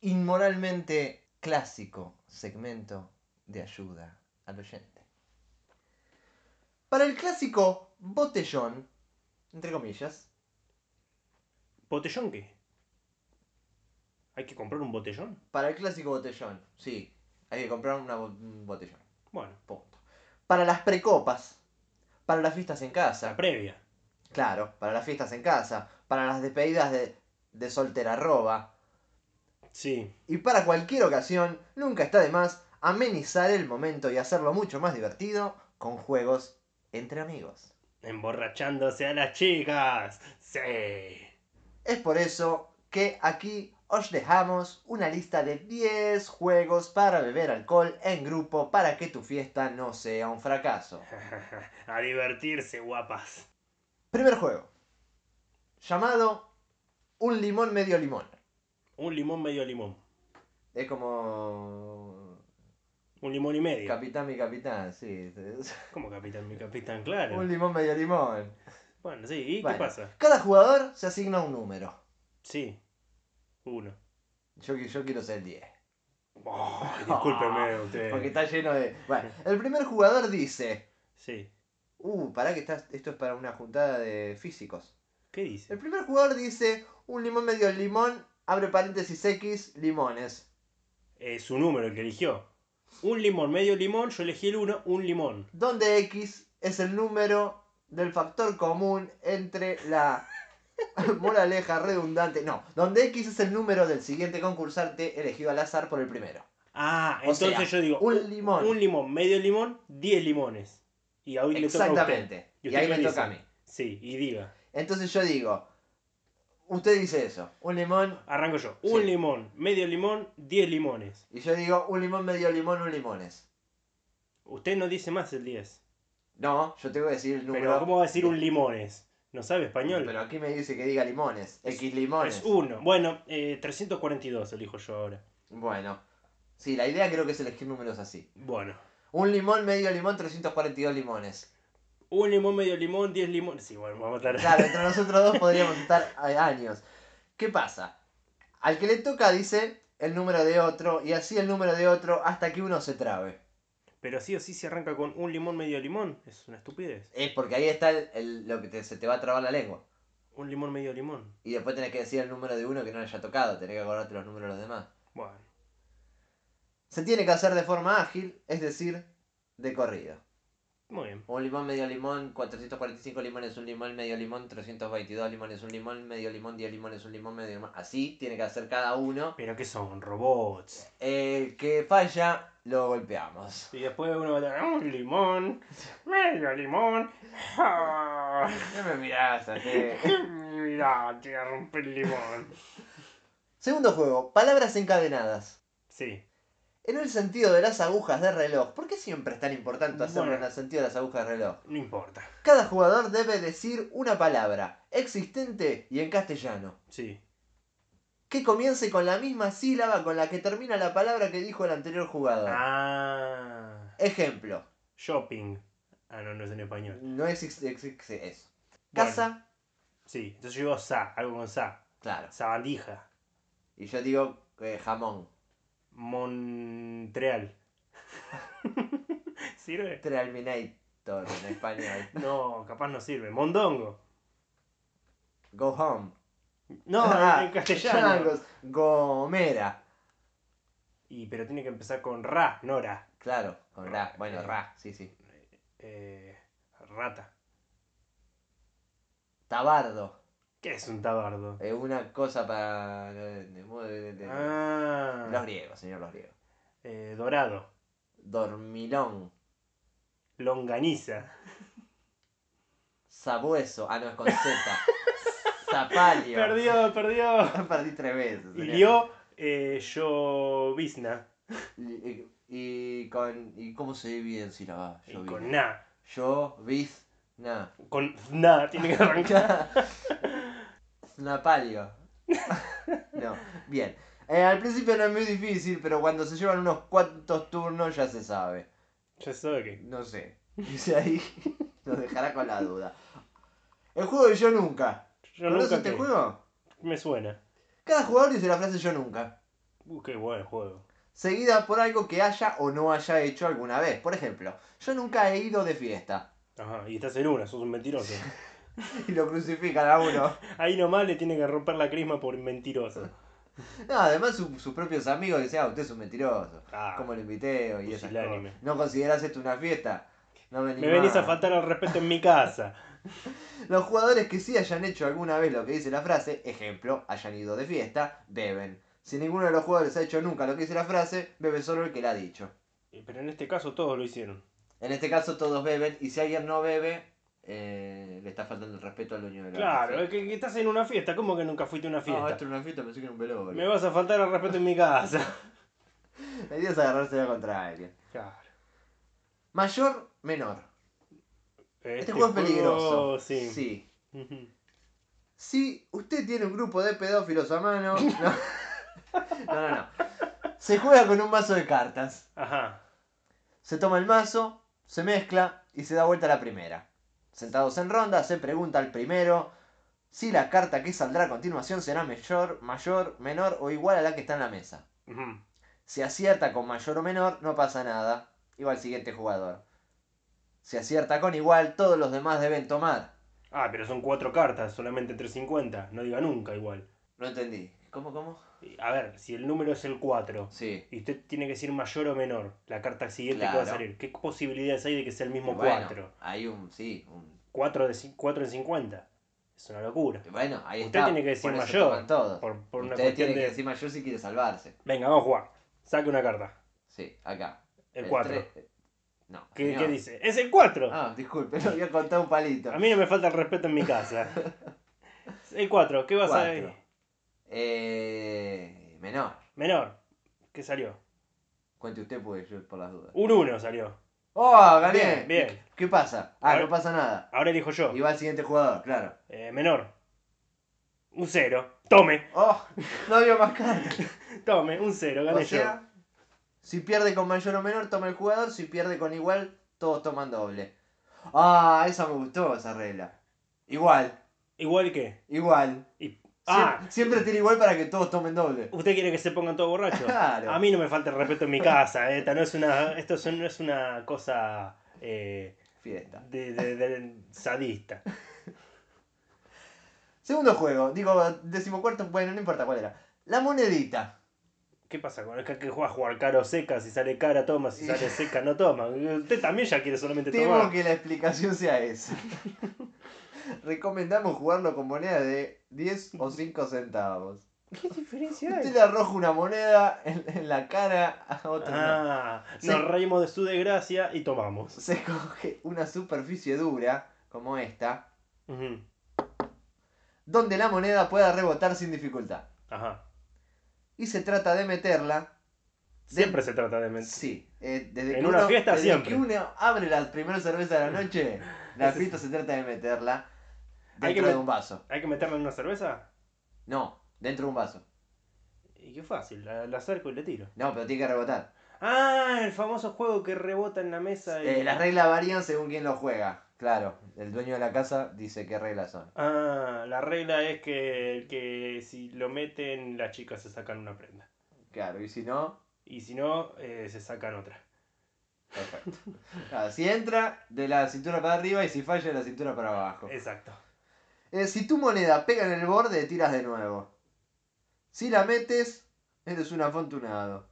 Speaker 2: inmoralmente clásico segmento de ayuda al oyente. Para el clásico botellón, entre comillas,
Speaker 3: ¿Botellón qué? ¿Hay que comprar un botellón?
Speaker 2: para el clásico botellón, sí, hay que comprar una bo- un botellón,
Speaker 3: Bueno,
Speaker 2: punto. Para las precopas,
Speaker 5: para las fiestas en casa.
Speaker 3: La previa.
Speaker 5: Claro, para las fiestas en casa, para las despedidas de, de soltera roba.
Speaker 3: Sí.
Speaker 5: Y para cualquier ocasión, nunca está de más amenizar el momento y hacerlo mucho más divertido con juegos entre amigos.
Speaker 3: Emborrachándose a las chicas. Sí.
Speaker 5: Es por eso que aquí os dejamos una lista de 10 juegos para beber alcohol en grupo para que tu fiesta no sea un fracaso.
Speaker 3: a divertirse, guapas.
Speaker 5: Primer juego. Llamado Un limón medio limón.
Speaker 3: Un limón medio limón.
Speaker 5: Es como...
Speaker 3: Un limón y medio.
Speaker 5: Capitán mi capitán, sí. es-
Speaker 3: Como capitán, mi capitán, claro.
Speaker 5: Un limón medio limón.
Speaker 3: Bueno, sí, ¿y
Speaker 5: Bueno.
Speaker 3: qué pasa?
Speaker 5: Cada jugador se asigna un número.
Speaker 3: Sí. Uno.
Speaker 5: Yo, qui- yo quiero ser el 10.
Speaker 3: Ay, discúlpeme usted.
Speaker 5: Porque está lleno de... Bueno, el primer jugador dice...
Speaker 3: Sí.
Speaker 5: Uh, pará que estás... esto es para una juntada de físicos.
Speaker 3: ¿Qué dice?
Speaker 5: El primer jugador dice un limón medio limón, abre paréntesis X, limones.
Speaker 3: Es su número el que eligió. Un limón, medio limón, yo elegí el uno, un limón.
Speaker 5: Donde X es el número del factor común entre la moraleja redundante. No, donde X es el número del siguiente concursante elegido al azar por el primero.
Speaker 3: Ah,
Speaker 5: O
Speaker 3: entonces yo
Speaker 5: sea,
Speaker 3: digo.
Speaker 5: Un limón.
Speaker 3: Un limón, medio limón, 10 limones. Y hoy le toca a usted.
Speaker 5: Exactamente.
Speaker 3: ¿Y
Speaker 5: Y,
Speaker 3: usted
Speaker 5: ahí
Speaker 3: qué
Speaker 5: me
Speaker 3: dice?
Speaker 5: toca a mí.
Speaker 3: Sí, y diga.
Speaker 5: Entonces yo digo, usted dice eso, un limón,
Speaker 3: Arranco yo. Un
Speaker 5: Sí.
Speaker 3: limón, medio limón, 10 limones.
Speaker 5: y yo digo un limón medio limón, un limones.
Speaker 3: Usted no dice más el 10.
Speaker 5: No, yo tengo que decir el número.
Speaker 3: Pero ¿cómo va a decir un limones? ¿No sabe español?
Speaker 5: Pero aquí me dice que diga limones, X limones.
Speaker 3: Es uno. Bueno, eh, 342 elijo yo ahora.
Speaker 5: Bueno, sí, la idea creo que es elegir números así.
Speaker 3: Bueno.
Speaker 5: Un limón, medio limón, 342 limones.
Speaker 3: Un limón, medio limón, 10 limones. Sí, bueno, vamos a estar...
Speaker 5: Claro, entre nosotros dos podríamos estar a- años. ¿Qué pasa? Al que le toca dice el número de otro y así el número de otro hasta que uno se trabe.
Speaker 3: Pero sí o sí se arranca con un limón, medio limón. Es una estupidez.
Speaker 5: Es porque ahí está el- el- lo que te- se te va a trabar la lengua.
Speaker 3: Un limón, medio limón.
Speaker 5: Y después tenés que decir el número de uno que no le haya tocado, tenés que acordarte los números de los demás.
Speaker 3: Bueno.
Speaker 5: Se tiene que hacer de forma ágil, es decir, de corrido.
Speaker 3: Muy bien.
Speaker 5: Un limón, medio limón, 445 limones, un limón, medio limón, 322 limones, un limón, medio limón, 10 limones, un limón, medio limón. Así tiene que hacer cada uno.
Speaker 3: Pero que son robots.
Speaker 5: El que falla, lo golpeamos.
Speaker 3: Y después uno va a dar un limón, medio limón. Ah,
Speaker 5: No me mirás así.
Speaker 3: Mirá, te rompe el limón.
Speaker 5: Segundo juego, palabras encadenadas.
Speaker 3: Sí.
Speaker 5: En el sentido de las agujas de reloj, ¿por qué siempre es tan importante hacerlo
Speaker 3: Bueno.
Speaker 5: en el sentido de las agujas de reloj?
Speaker 3: No importa.
Speaker 5: Cada jugador debe decir una palabra, existente y en castellano,
Speaker 3: Sí.
Speaker 5: que comience con la misma sílaba con la que termina la palabra que dijo el anterior jugador.
Speaker 3: Ah.
Speaker 5: Ejemplo,
Speaker 3: Shopping. Ah, no, no es en español.
Speaker 5: no existe, existe eso.
Speaker 3: Bueno,
Speaker 5: Casa,
Speaker 3: sí. Entonces yo digo sa, algo con sa.
Speaker 5: claro.
Speaker 3: Sabandija.
Speaker 5: Y yo digo eh, jamón.
Speaker 3: Montreal. ¿Sirve?
Speaker 5: Terminator en español.
Speaker 3: No, capaz no sirve. Mondongo.
Speaker 5: Go home.
Speaker 3: No,
Speaker 5: Ah,
Speaker 3: en castellano.
Speaker 5: changos. Gomera.
Speaker 3: Y, pero tiene que empezar con ra, no ra.
Speaker 5: Claro, con ra. Bueno, ra, sí, sí.
Speaker 3: Eh, rata.
Speaker 5: Tabardo.
Speaker 3: ¿Qué es un tabardo?
Speaker 5: Es una cosa para. eh, de- de- de-
Speaker 3: Ah.
Speaker 5: Los griegos, señor, los griegos.
Speaker 3: Eh, dorado.
Speaker 5: Dormilón.
Speaker 3: Longaniza.
Speaker 5: Sabueso. Ah, no, es con Z. Zapalio.
Speaker 3: Perdió, perdió.
Speaker 5: Perdí tres veces.
Speaker 3: Y
Speaker 5: señor.
Speaker 3: lió eh, llovizna.
Speaker 5: Y, y con. ¿Y cómo se divide en sílabas?
Speaker 3: Y
Speaker 5: Llovizna.
Speaker 3: con na.
Speaker 5: Yo, bis, na.
Speaker 3: Con na tiene que arrancar.
Speaker 5: Snapalio. no, bien. Eh, al principio no es muy difícil, pero cuando se llevan unos cuantos turnos ya se sabe.
Speaker 3: Ya sabe que.
Speaker 5: No sé. Dice ahí, nos dejará con la duda. El juego de Yo Nunca.
Speaker 3: Yo
Speaker 5: ¿Conoces
Speaker 3: nunca
Speaker 5: este
Speaker 3: que-
Speaker 5: juego?
Speaker 3: Me suena.
Speaker 5: Cada jugador dice la frase Yo Nunca,
Speaker 3: Uh, qué buen juego.
Speaker 5: seguida por algo que haya o no haya hecho alguna vez. Por ejemplo, yo nunca he ido de fiesta.
Speaker 3: Ajá, y estás en una, sos un mentiroso.
Speaker 5: Y lo crucifican a uno.
Speaker 3: Ahí nomás le tiene que romper la crisma por mentiroso.
Speaker 5: No, además su- sus propios amigos dicen, ah, usted es un mentiroso.
Speaker 3: Ah,
Speaker 5: como lo invité y esas
Speaker 3: pusilánime.
Speaker 5: cosas. ¿No considerás esto una fiesta? No me,
Speaker 3: Me
Speaker 5: animaba.
Speaker 3: venís a faltar al respeto en mi casa.
Speaker 5: Los jugadores que sí hayan hecho alguna vez lo que dice la frase, ejemplo, hayan ido de fiesta, beben. Si ninguno de los jugadores ha hecho nunca lo que dice la frase, bebe solo el que la ha dicho.
Speaker 3: Pero en este caso todos lo hicieron.
Speaker 5: En este caso todos beben y si alguien no bebe, eh, le está faltando el respeto al dueño de la
Speaker 3: Claro,
Speaker 5: fiesta.
Speaker 3: es que, que estás en una fiesta. ¿Cómo que nunca fuiste a una
Speaker 5: Ah,
Speaker 3: fiesta?
Speaker 5: esto era una fiesta, pensé que era un velorio.
Speaker 3: Me vas a faltar al respeto en mi casa.
Speaker 5: La idea es agarrársela contra alguien.
Speaker 3: Claro.
Speaker 5: Mayor, menor. Este, juego es peligroso.
Speaker 3: Sí.
Speaker 5: sí.
Speaker 3: Ujú.
Speaker 5: Si usted tiene un grupo de pedófilos a mano. No, no, no. no. Se juega con un mazo de cartas.
Speaker 3: Ajá.
Speaker 5: Se toma el mazo, se mezcla y se da vuelta a la primera. Sentados en ronda, se pregunta al primero si la carta que saldrá a continuación será mayor, mayor, menor o igual a la que está en la mesa.
Speaker 3: Ujú.
Speaker 5: Si acierta con mayor o menor, no pasa nada. Iba al siguiente jugador. Si acierta con igual, todos los demás deben tomar.
Speaker 3: Ah, pero son cuatro cartas, solamente 350. No diga nunca igual.
Speaker 5: No entendí. ¿Cómo, cómo?
Speaker 3: A ver, si el número es el 4
Speaker 5: Sí.
Speaker 3: y usted tiene que decir mayor o menor, la carta siguiente que va a
Speaker 5: Claro.
Speaker 3: salir, ¿qué posibilidades hay de que sea el mismo
Speaker 5: Y bueno,
Speaker 3: 4?
Speaker 5: hay un, sí, un...
Speaker 3: 4 de ci- cuatro en 50. Es una locura.
Speaker 5: Bueno, ahí
Speaker 3: Usted
Speaker 5: está.
Speaker 3: tiene que decir
Speaker 5: Por eso
Speaker 3: mayor.
Speaker 5: toman todos.
Speaker 3: Por, por una
Speaker 5: Usted
Speaker 3: cuestión
Speaker 5: tiene
Speaker 3: de.
Speaker 5: que decir mayor si quiere salvarse.
Speaker 3: Venga, vamos a jugar. Saque una carta.
Speaker 5: Sí, acá.
Speaker 3: El 4.
Speaker 5: tres- eh, No.
Speaker 3: ¿Qué,
Speaker 5: señor.
Speaker 3: qué dice? ¡Es el 4!
Speaker 5: Ah, disculpe, lo había contado un palito.
Speaker 3: A mí no me falta el respeto en mi casa. el 4, ¿qué vas
Speaker 5: Cuatro.
Speaker 3: a
Speaker 5: Eh, menor.
Speaker 3: Menor. ¿Qué salió?
Speaker 5: Cuente usted porque yo por las dudas.
Speaker 3: Un 1 salió.
Speaker 5: ¡Oh, gané!
Speaker 3: Bien, bien.
Speaker 5: ¿Qué pasa? Ah,
Speaker 3: A ver.
Speaker 5: no pasa nada.
Speaker 3: Ahora elijo yo.
Speaker 5: Y va el siguiente jugador, claro.
Speaker 3: Eh, menor. Un 0. Tome,
Speaker 5: ¡Oh! No había más cartas.
Speaker 3: tome, un 0.
Speaker 5: O
Speaker 3: Gané yo.
Speaker 5: sea, si pierde con mayor o menor, toma el jugador. Si pierde con igual, todos toman doble. Ah, esa me gustó, esa regla. Igual,
Speaker 3: Igual que.
Speaker 5: igual.
Speaker 3: y-
Speaker 5: Siem-
Speaker 3: Ah,
Speaker 5: siempre tiene igual para que todos tomen doble.
Speaker 3: ¿usted quiere que se pongan todos borrachos?
Speaker 5: Claro.
Speaker 3: A mí no me falta el respeto en mi casa. eh, Esta no es una, esto es un- no es una cosa eh,
Speaker 5: Fiesta.
Speaker 3: de, de- de sadista.
Speaker 5: Segundo juego, digo, decimocuarto, bueno, no importa cuál era. La monedita.
Speaker 3: ¿Qué pasa con el que juega a jugar caro o seca? Si sale cara, toma. Si sale seca, no toma. Usted también ya quiere solamente
Speaker 5: Temo
Speaker 3: tomar.
Speaker 5: que la explicación sea esa. Recomendamos jugarlo con monedas de 10 o 5 centavos.
Speaker 3: ¿Qué diferencia
Speaker 5: Usted
Speaker 3: hay?
Speaker 5: le arroja una moneda en, en la cara a otro. no.
Speaker 3: Ah,
Speaker 5: Sí.
Speaker 3: nos reímos de su desgracia y tomamos.
Speaker 5: Se coge una superficie dura, como esta,
Speaker 3: Ujú,
Speaker 5: donde la moneda pueda rebotar sin dificultad.
Speaker 3: Ajá.
Speaker 5: Y se trata de meterla.
Speaker 3: Siempre se trata de mentir.
Speaker 5: Sí, eh, desde
Speaker 3: En
Speaker 5: que
Speaker 3: una
Speaker 5: uno-
Speaker 3: fiesta
Speaker 5: desde
Speaker 3: siempre.
Speaker 5: que uno abre la primera cerveza de la noche, la
Speaker 3: Ese-
Speaker 5: fiesta se trata de meterla
Speaker 3: Hay que
Speaker 5: dentro de
Speaker 3: met-
Speaker 5: un vaso.
Speaker 3: ¿Hay que meterla en una cerveza?
Speaker 5: No, dentro de un vaso.
Speaker 3: Y qué fácil, la, la acerco y le tiro.
Speaker 5: No, pero tiene que rebotar.
Speaker 3: Ah, el famoso juego que rebota en la mesa. Y...
Speaker 5: Eh, las reglas varían según quién lo juega. Claro, el dueño de la casa dice qué reglas son.
Speaker 3: Ah, la regla es que, el que si lo meten, las chicas se sacan una prenda.
Speaker 5: Claro, y si no,
Speaker 3: Y si no, eh, se sacan otra.
Speaker 5: perfecto. Claro, si entra, de la cintura para arriba y si falla, de la cintura para abajo.
Speaker 3: Exacto.
Speaker 5: Eh, si tu moneda pega en el borde, tiras de nuevo. Si la metes, eres un afortunado.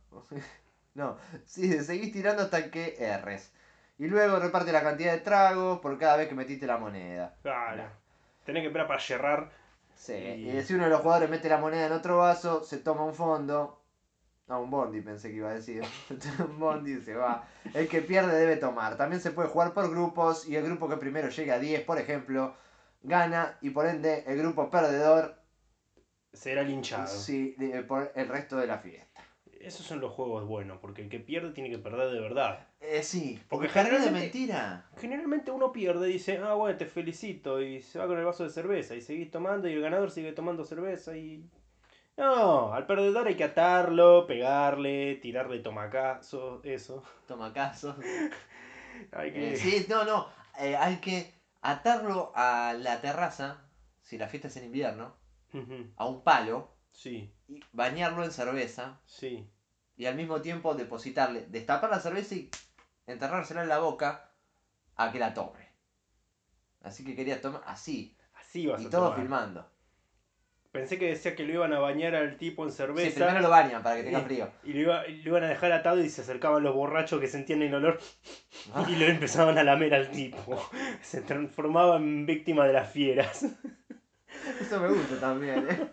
Speaker 5: no, si seguís tirando hasta que erres. Y luego reparte la cantidad de tragos por cada vez que metiste la moneda.
Speaker 3: Claro.
Speaker 5: Nah.
Speaker 3: Tenés que esperar para cerrar.
Speaker 5: Sí.
Speaker 3: Y-
Speaker 5: eh, si uno de los jugadores mete la moneda en otro vaso, se toma un fondo. No, un bondi pensé que iba a decir. Se toma un bondi y se va. El que pierde debe tomar. También se puede jugar por grupos y el grupo que primero llegue a 10, por ejemplo, gana y por ende el grupo perdedor
Speaker 3: Será linchado.
Speaker 5: Sí, de- eh, por el resto de la fiesta.
Speaker 3: Esos son los juegos buenos, porque el que pierde tiene que perder de verdad.
Speaker 5: Eh, sí,
Speaker 3: Porque
Speaker 5: porque cargar de
Speaker 3: generalmente-
Speaker 5: mentira.
Speaker 3: Generalmente uno pierde y dice, ah, bueno, te felicito, y se va con el vaso de cerveza, y seguís tomando, y el ganador sigue tomando cerveza, y... No, al perdedor hay que atarlo, pegarle, tirarle tomacazos, eso.
Speaker 5: Toma caso.
Speaker 3: Hay que...
Speaker 5: Eh, sí, no, no. eh, hay que atarlo a la terraza, si la fiesta es en invierno,
Speaker 3: Ujú,
Speaker 5: a un palo,
Speaker 3: sí,
Speaker 5: y bañarlo en cerveza
Speaker 3: sí.
Speaker 5: y al mismo tiempo depositarle, destapar la cerveza y enterrársela en la boca a que la tome. Así que quería tomar así,
Speaker 3: Así vas
Speaker 5: y
Speaker 3: a
Speaker 5: todo
Speaker 3: tomar.
Speaker 5: filmando.
Speaker 3: Pensé que decía que lo iban a bañar al tipo en
Speaker 5: Sí,
Speaker 3: cerveza
Speaker 5: primero lo bañan para que tenga
Speaker 3: Sí.
Speaker 5: frío.
Speaker 3: y lo, iba- lo iban a dejar atado y se acercaban los borrachos que sentían el olor y lo empezaban a lamer al tipo. Se transformaba en víctima de las fieras.
Speaker 5: Eso me gusta también, ¿eh?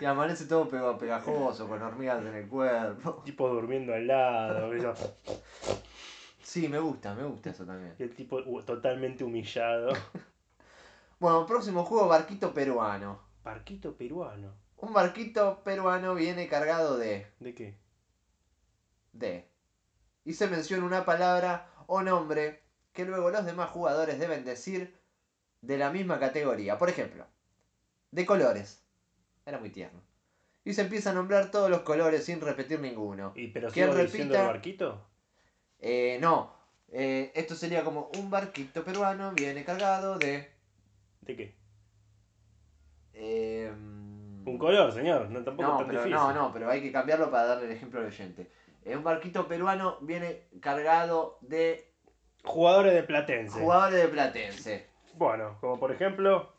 Speaker 5: Y amanece todo pega- pegajoso, con hormigas en el cuerpo.
Speaker 3: Tipo durmiendo al lado. y yo-
Speaker 5: Sí, me gusta, me gusta eso también.
Speaker 3: y el tipo uh, totalmente humillado.
Speaker 5: Bueno, próximo juego, barquito peruano.
Speaker 3: Parquito peruano.
Speaker 5: Un barquito peruano viene cargado de...
Speaker 3: ¿De qué?
Speaker 5: de... Y se menciona una palabra o nombre que luego los demás jugadores deben decir de la misma categoría. Por ejemplo, de colores. Era muy tierno. Y se empieza a nombrar todos los colores sin repetir ninguno.
Speaker 3: ¿Y pero
Speaker 5: ¿Quién
Speaker 3: sigo diciendo el
Speaker 5: repita?
Speaker 3: barquito?
Speaker 5: Eh, no. Eh, esto sería como un barquito peruano viene cargado de.
Speaker 3: ¿De qué?
Speaker 5: eh,
Speaker 3: Un color, señor. No, tampoco es
Speaker 5: no,
Speaker 3: tan
Speaker 5: pero,
Speaker 3: difícil.
Speaker 5: no, no, pero hay que cambiarlo para darle el ejemplo al oyente. Eh, un barquito peruano viene cargado de
Speaker 3: Jugadores de Platense.
Speaker 5: jugadores de Platense.
Speaker 3: Bueno, como por ejemplo,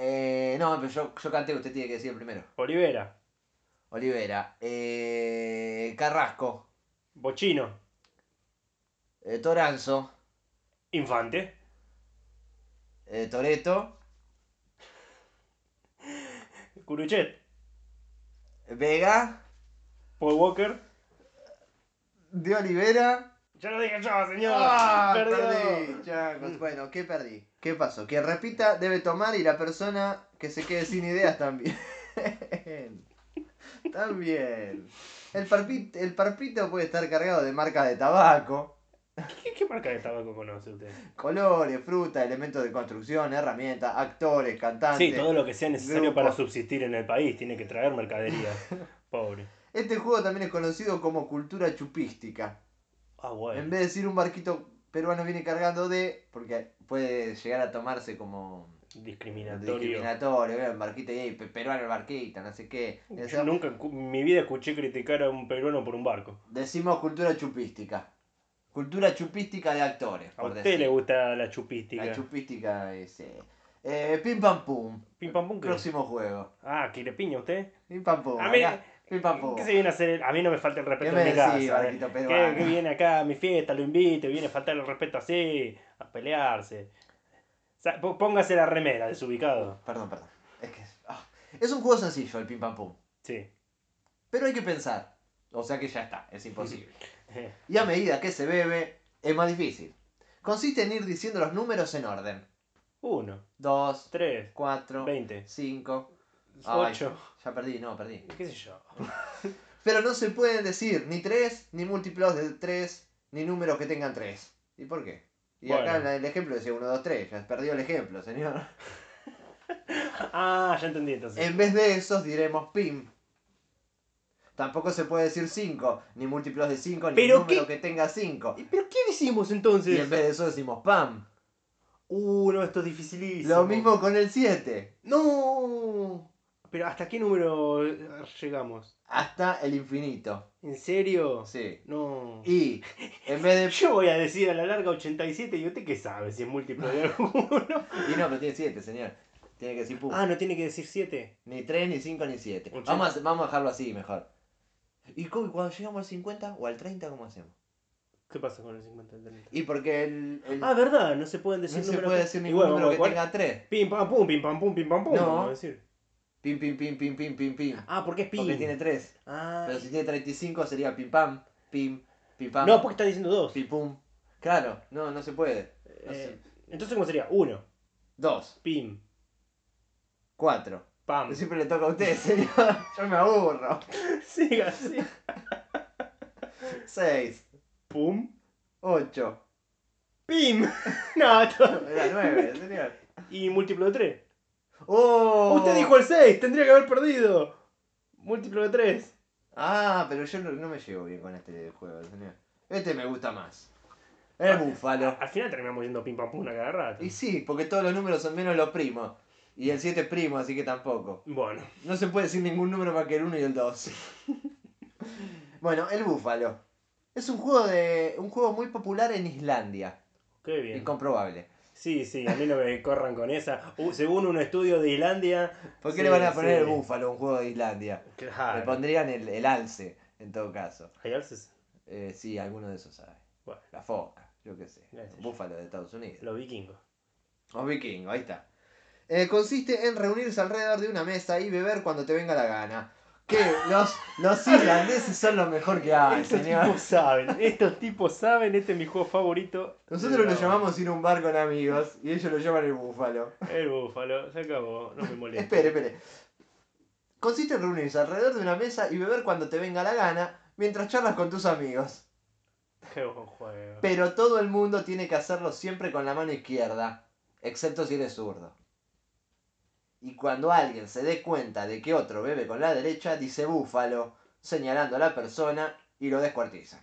Speaker 5: Eh, no, pero yo, yo canté, usted tiene que decir el primero.
Speaker 3: Olivera,
Speaker 5: Olivera. Eh, Carrasco.
Speaker 3: Bochino,
Speaker 5: eh, Toranzo.
Speaker 3: Infante.
Speaker 5: eh, Toreto.
Speaker 3: Curuchet,
Speaker 5: Vega.
Speaker 3: Paul Walker.
Speaker 5: De Olivera.
Speaker 3: Ya lo dije yo, señor.
Speaker 5: Ah,
Speaker 3: Perdió.
Speaker 5: perdí, chacos. Bueno, ¿qué perdí? ¿Qué pasó? Quien repita debe tomar y la persona que se quede sin ideas también. también. El, parpi- el parpito puede estar cargado de marcas de tabaco,
Speaker 3: ¿Qué, qué marca de tabaco conoce usted?
Speaker 5: colores, fruta, elementos de construcción, herramientas, actores, cantantes.
Speaker 3: Sí, todo lo que sea necesario
Speaker 5: Ah, grupo.
Speaker 3: para subsistir en el país. Tiene que traer mercadería. Pobre.
Speaker 5: Este juego también es conocido como cultura chupística.
Speaker 3: Ah, bueno.
Speaker 5: En vez de decir un barquito peruano viene cargando de, porque puede llegar a tomarse como
Speaker 3: Discriminatorio.
Speaker 5: discriminatorio, era el barquito y pe- peruano el barquito, no sé qué. O sea,
Speaker 3: Yo nunca en cu- en mi vida escuché criticar a un peruano por un barco.
Speaker 5: Decimos cultura chupística. Cultura chupística de actores.
Speaker 3: A
Speaker 5: por
Speaker 3: usted
Speaker 5: decir.
Speaker 3: le gusta la chupística.
Speaker 5: La chupística es. eh, eh, pim pam pum.
Speaker 3: Pim pam pum, ¿qué?
Speaker 5: Próximo juego.
Speaker 3: Ah, ¿quiere piña usted?
Speaker 5: Pim pam pum.
Speaker 3: A mí-
Speaker 5: acá. Pim pam pum.
Speaker 3: ¿Qué se viene a hacer? A mí no me falta el respeto
Speaker 5: ¿Qué me
Speaker 3: en mi
Speaker 5: decís,
Speaker 3: casa. ¿eh?
Speaker 5: barquito
Speaker 3: ¿Qué,
Speaker 5: peruano?
Speaker 3: qué viene acá a mi fiesta? Lo invito y viene a faltar el respeto así, a pelearse. Sa- po- Póngase la remera, desubicado.
Speaker 5: Perdón, perdón. Es que. ah. Es un juego sencillo el pim pam pum.
Speaker 3: Sí.
Speaker 5: Pero hay que pensar. O sea que ya está, es imposible. Y a medida que se bebe, es más difícil. Consiste en ir diciendo los números en orden.
Speaker 3: 1,
Speaker 5: 2,
Speaker 3: 3,
Speaker 5: 4,
Speaker 3: 20,
Speaker 5: 5.
Speaker 3: 8,
Speaker 5: Ya perdí, no, perdí.
Speaker 3: qué sé yo.
Speaker 5: Pero no se pueden decir ni 3, ni múltiplos de 3, ni números que tengan 3. ¿Y por qué? Y acá en
Speaker 3: Bueno.
Speaker 5: la- el ejemplo decía 1, 2, 3. Ya perdió el ejemplo, señor.
Speaker 3: Ah, ya entendí entonces.
Speaker 5: En vez de esos diremos pim. Tampoco se puede decir 5, ni múltiplos de 5, ni
Speaker 3: ¿Pero
Speaker 5: número
Speaker 3: qué?
Speaker 5: que tenga 5.
Speaker 3: ¿Y ¿Pero qué decimos
Speaker 5: Y en
Speaker 3: entonces?
Speaker 5: vez de eso decimos pam.
Speaker 3: Uh, no, esto es dificilísimo.
Speaker 5: Lo mismo con el 7.
Speaker 3: ¡No! Pero ¿hasta qué número eh, llegamos?
Speaker 5: Hasta el infinito.
Speaker 3: ¿En serio?
Speaker 5: Sí.
Speaker 3: No.
Speaker 5: Y en vez de
Speaker 3: Yo voy a decir a la larga 87 y usted qué sabe si es múltiplo de alguno.
Speaker 5: Y no, pero tiene 7, señor. Tiene que decir pum.
Speaker 3: Ah, no tiene que decir 7.
Speaker 5: Ni 3, ni 5, ni 7.
Speaker 3: Ochenta.
Speaker 5: Vamos a, vamos a dejarlo así mejor. ¿Y cómo- cuando llegamos al 50 o al 30, cómo hacemos?
Speaker 3: ¿Qué pasa con el 50 y el 30?
Speaker 5: Y porque el, el-
Speaker 3: Ah, verdad, no se pueden decir
Speaker 5: no se
Speaker 3: números
Speaker 5: puede
Speaker 3: que-
Speaker 5: decir
Speaker 3: Y
Speaker 5: ningún
Speaker 3: bueno,
Speaker 5: número que
Speaker 3: vamos a jugar.
Speaker 5: tenga 3.
Speaker 3: Pim pam pum, pim pam pum, pim pam pum.
Speaker 5: No.
Speaker 3: vamos a decir.
Speaker 5: Pim, pim, pim, pim, pim, pim, pim.
Speaker 3: Ah, porque es pim.
Speaker 5: Porque tiene 3.
Speaker 3: Ah.
Speaker 5: Pero si tiene 35 sería pim, pam, pim, pim, pam.
Speaker 3: No, porque está diciendo 2.
Speaker 5: Pim, pum. Claro, no, no se puede. No sé.
Speaker 3: Entonces, ¿cómo sería? 1.
Speaker 5: 2,
Speaker 3: Pim.
Speaker 5: 4.
Speaker 3: Pam.
Speaker 5: Siempre le toca a usted, señor. Yo me aburro.
Speaker 3: Siga así.
Speaker 5: 6,
Speaker 3: Pum.
Speaker 5: 8,
Speaker 3: Pim. No, esto-
Speaker 5: era 9, señor.
Speaker 3: Y múltiplo de 3.
Speaker 5: ¡Oh!
Speaker 3: Usted dijo el 6, tendría que haber perdido. Múltiplo de 3.
Speaker 5: Ah, pero yo no, no me llevo bien con este juego, señor. Este me gusta más. El búfalo.
Speaker 3: Al final terminamos yendo pim pam pum a cada rato.
Speaker 5: Y sí, porque todos los números son menos los primos. Y el 7 es primo, así que tampoco.
Speaker 3: Bueno.
Speaker 5: No se puede decir ningún número más que el 1 y el 2. bueno, el búfalo. Es un juego de. un juego muy popular en Islandia.
Speaker 3: Qué bien.
Speaker 5: Incomprobable.
Speaker 3: Sí, sí, a mí no me corran con esa. Uh, según un estudio de Islandia.
Speaker 5: ¿Por qué
Speaker 3: sí,
Speaker 5: le van a poner
Speaker 3: sí.
Speaker 5: el búfalo a un juego de Islandia? Le
Speaker 3: Claro.
Speaker 5: pondrían el, el alce, en todo caso.
Speaker 3: Hay alces,
Speaker 5: Eh, sí, alguno de esos sabe.
Speaker 3: Bueno.
Speaker 5: La foca, yo qué sé.
Speaker 3: Ya sé yo.
Speaker 5: Búfalo de Estados Unidos.
Speaker 3: los vikingos.
Speaker 5: O vikingo, ahí está. Eh, consiste en reunirse alrededor de una mesa y beber cuando te venga la gana. Que los, los islandeses son lo mejor que hay,
Speaker 3: Estos
Speaker 5: señor.
Speaker 3: tipos saben, estos tipos saben, este es mi juego favorito.
Speaker 5: Nosotros lo
Speaker 3: No,
Speaker 5: llamamos ir a un bar con amigos y ellos lo llaman el búfalo.
Speaker 3: El búfalo, se acabó, no me molesta.
Speaker 5: Espere, espere. Consiste en reunirse alrededor de una mesa y beber cuando te venga la gana mientras charlas con tus amigos.
Speaker 3: Qué buen juego.
Speaker 5: Pero todo el mundo tiene que hacerlo siempre con la mano izquierda, excepto si eres zurdo. Y cuando alguien se dé cuenta de que otro bebe con la derecha, dice búfalo, señalando a la persona y lo descuartizan.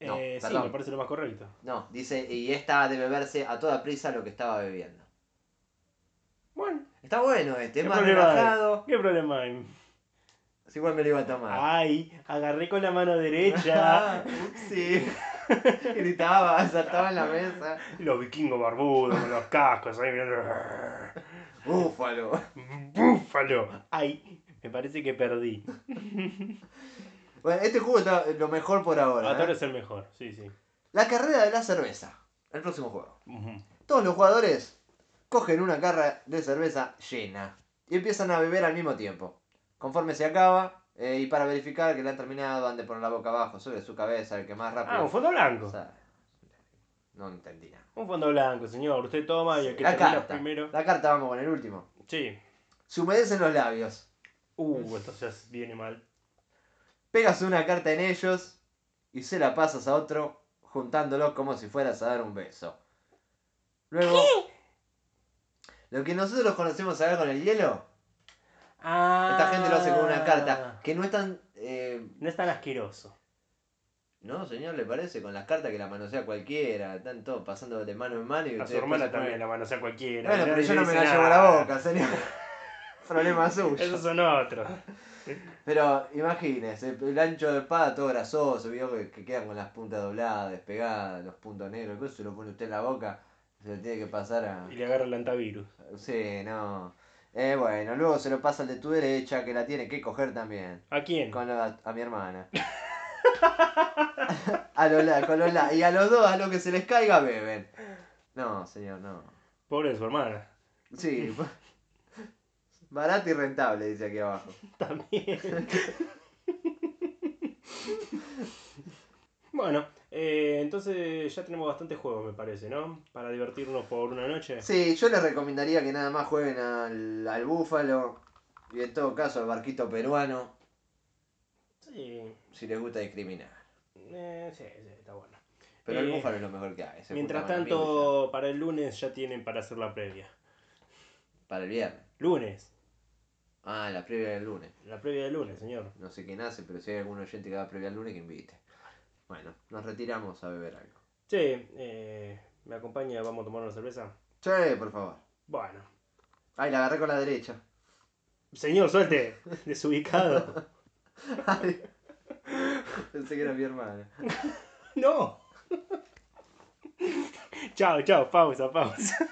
Speaker 5: no,
Speaker 3: Eh, sí,
Speaker 5: perdón.
Speaker 3: me parece lo más correcto.
Speaker 5: No, dice, y esta de beberse a toda prisa lo que estaba bebiendo.
Speaker 3: Bueno,
Speaker 5: Está bueno este, es
Speaker 3: ¿Qué
Speaker 5: más
Speaker 3: problema hay?
Speaker 5: relajado.
Speaker 3: ¿qué problema hay?
Speaker 5: Si igual me lo iba a tomar.
Speaker 3: Ay, agarré con la mano derecha.
Speaker 5: sí. Gritaba, saltaba en la mesa.
Speaker 3: Los vikingos barbudos con los cascos ahí mirando.
Speaker 5: Búfalo.
Speaker 3: ¡Búfalo! Ay, me parece que perdí.
Speaker 5: Bueno, este juego está lo mejor por ahora.
Speaker 3: Ahora
Speaker 5: ¿eh?
Speaker 3: es el mejor, sí, sí.
Speaker 5: La carrera de la cerveza. El próximo juego.
Speaker 3: Ujú.
Speaker 5: Todos los jugadores cogen una carga de cerveza llena y empiezan a beber al mismo tiempo. Conforme se acaba, eh, y para verificar que la han terminado, han de poner la boca abajo sobre su cabeza, el que más rápido.
Speaker 3: Ah, un fondo blanco.
Speaker 5: o sea, no entendí nada.
Speaker 3: Un fondo blanco, señor. Usted toma y el que
Speaker 5: La
Speaker 3: termina
Speaker 5: carta.
Speaker 3: primero.
Speaker 5: La carta, vamos con el último.
Speaker 3: Sí.
Speaker 5: Se humedecen los labios.
Speaker 3: Uh, esto ya viene mal.
Speaker 5: Pegas una carta en ellos y se la pasas a otro, juntándolos como si fueras a dar un beso. Luego. Lo que nosotros conocemos acá con el hielo.
Speaker 3: Ah.
Speaker 5: Esta gente lo hace con una carta que no es tan. eh,
Speaker 3: No es tan asqueroso.
Speaker 5: no, señor, le parece, con las cartas que la manosea cualquiera, están todos pasando de mano en mano y
Speaker 3: A su
Speaker 5: ustedes
Speaker 3: hermana
Speaker 5: después se
Speaker 3: también la
Speaker 5: ponen-
Speaker 3: manosea cualquiera.
Speaker 5: Bueno,
Speaker 3: Nadie
Speaker 5: pero yo
Speaker 3: le
Speaker 5: no me
Speaker 3: dice
Speaker 5: la llevo a la
Speaker 3: nada.
Speaker 5: boca, señor. Problema suyo.
Speaker 3: Esos son otros.
Speaker 5: Pero imagínese, el ancho de espada todo grasoso, vio que, que quedan con las puntas dobladas, despegadas, los puntos negros, eso se lo pone usted en la boca, se lo tiene que pasar a.
Speaker 3: Y le agarra el antivirus.
Speaker 5: Sí, no. Eh, bueno, luego se lo pasa al de tu derecha, que la tiene que coger también.
Speaker 3: ¿A quién?
Speaker 5: Con la- a mi hermana. a los la- con los la- y a los dos, a lo que se les caiga, beben. No, señor, no.
Speaker 3: Pobre de su hermana.
Speaker 5: Sí. Barato y rentable, dice aquí abajo.
Speaker 3: También. bueno, eh, entonces ya tenemos bastante juego, me parece, ¿no? Para divertirnos por una noche.
Speaker 5: Sí, yo les recomendaría que nada más jueguen al, al búfalo y en todo caso al barquito peruano,
Speaker 3: Sí,
Speaker 5: si les gusta discriminar.
Speaker 3: eh, sí, sí, está bueno.
Speaker 5: Pero el
Speaker 3: Eh,
Speaker 5: búfalo es lo mejor que hay. se
Speaker 3: Mientras
Speaker 5: juntan con amigos
Speaker 3: tanto, para el lunes ya tienen para hacer la previa.
Speaker 5: ya. Para el viernes.
Speaker 3: Lunes,
Speaker 5: Ah, la previa del lunes.
Speaker 3: la previa del lunes, señor.
Speaker 5: No sé quién hace, pero si hay algún oyente que va a previa el lunes, que invite. Bueno, nos retiramos a beber algo.
Speaker 3: Sí, eh, ¿me acompaña? ¿Vamos a tomar una cerveza?
Speaker 5: Sí, por favor.
Speaker 3: Bueno.
Speaker 5: Ay, la agarré con la derecha.
Speaker 3: Señor, suelte, desubicado.
Speaker 5: Ay. Pensé que era mi hermana.
Speaker 3: no. chao, chao, pausa, pausa.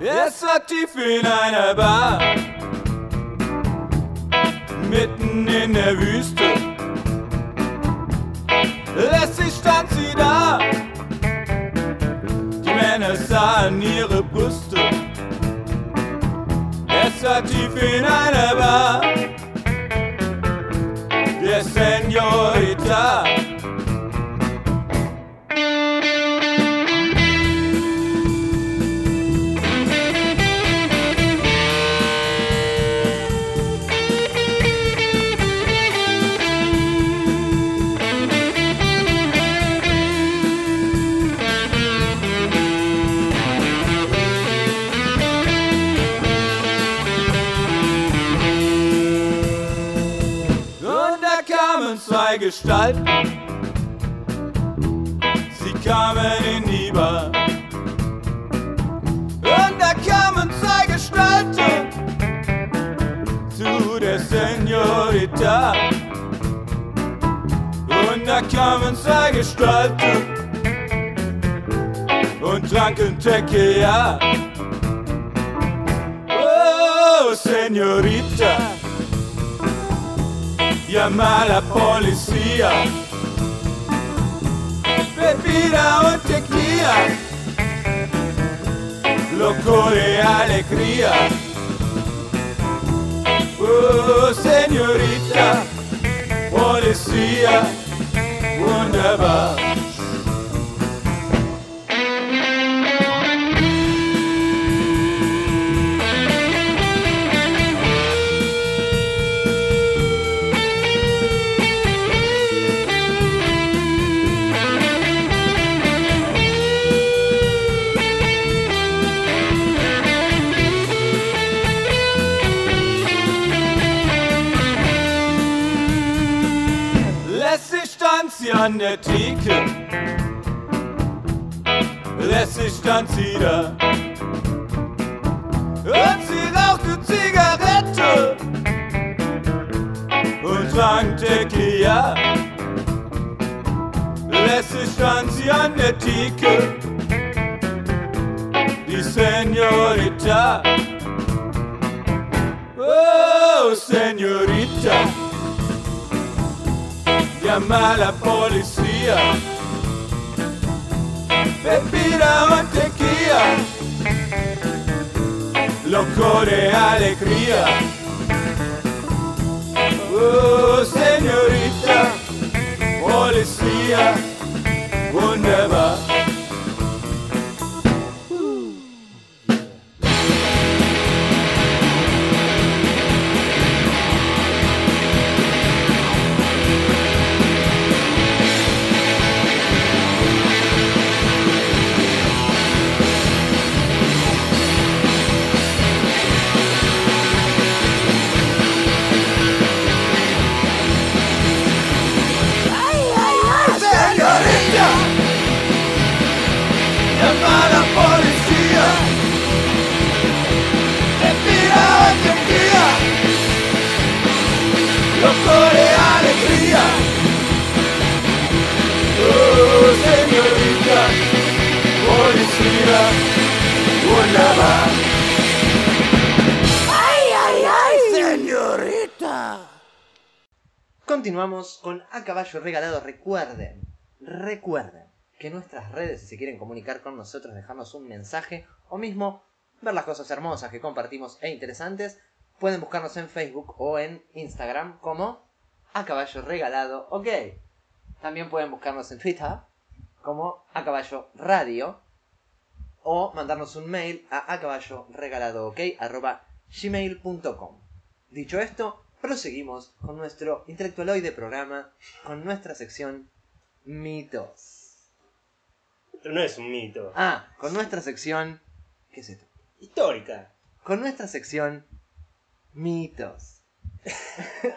Speaker 6: Esslappt tief in einer Bar, mitten in der Wüste. Lässig stand sie da, die Männer sahen ihre Brüste. Es war tief in einer Bar, der Senorita. Gestalt. Sie kamen hinüber und da kamen zwei Gestalten zu der Senorita. Und da kamen zwei Gestalten und tranken Tequila. Oh, Senorita. Llama a la policía. Bebida o tequila, loco de alegría. Oh, señorita, policía, wunderbar. Lässig stand sie an der ne Theke. Lässig stand sie da. Und sie rauchte Zigarette und trank Tequila. Lässig stand sie an der ne Theke. Die Senorita. Oh, Senorita. Llama a la policía. Bebida mantequilla. Loco de alegría. Oh, señorita, policía, wunderbar. Señorita, llama a la policía. Te tira te guía. Loco de alegría. Oh, señorita, policía, una más. Ay, ay, ay, señorita.
Speaker 5: Continuamos con A Caballo Regalado. Recuerden, recuerden que nuestras redes, si se quieren comunicar con nosotros, dejarnos un mensaje o mismo ver las cosas hermosas que compartimos e interesantes, pueden buscarnos en Facebook o en Instagram como A Caballo Regalado. Ok. También pueden buscarnos en Twitter como A Caballo Radio o mandarnos un mail a acaballoregaladook@gmail.com. Dicho esto, proseguimos con nuestro intelectualoide programa, con nuestra sección mitos.
Speaker 3: Esto no es un mito.
Speaker 5: Ah, con nuestra sección... ¿Qué es esto?
Speaker 3: Histórica.
Speaker 5: Con nuestra sección mitos.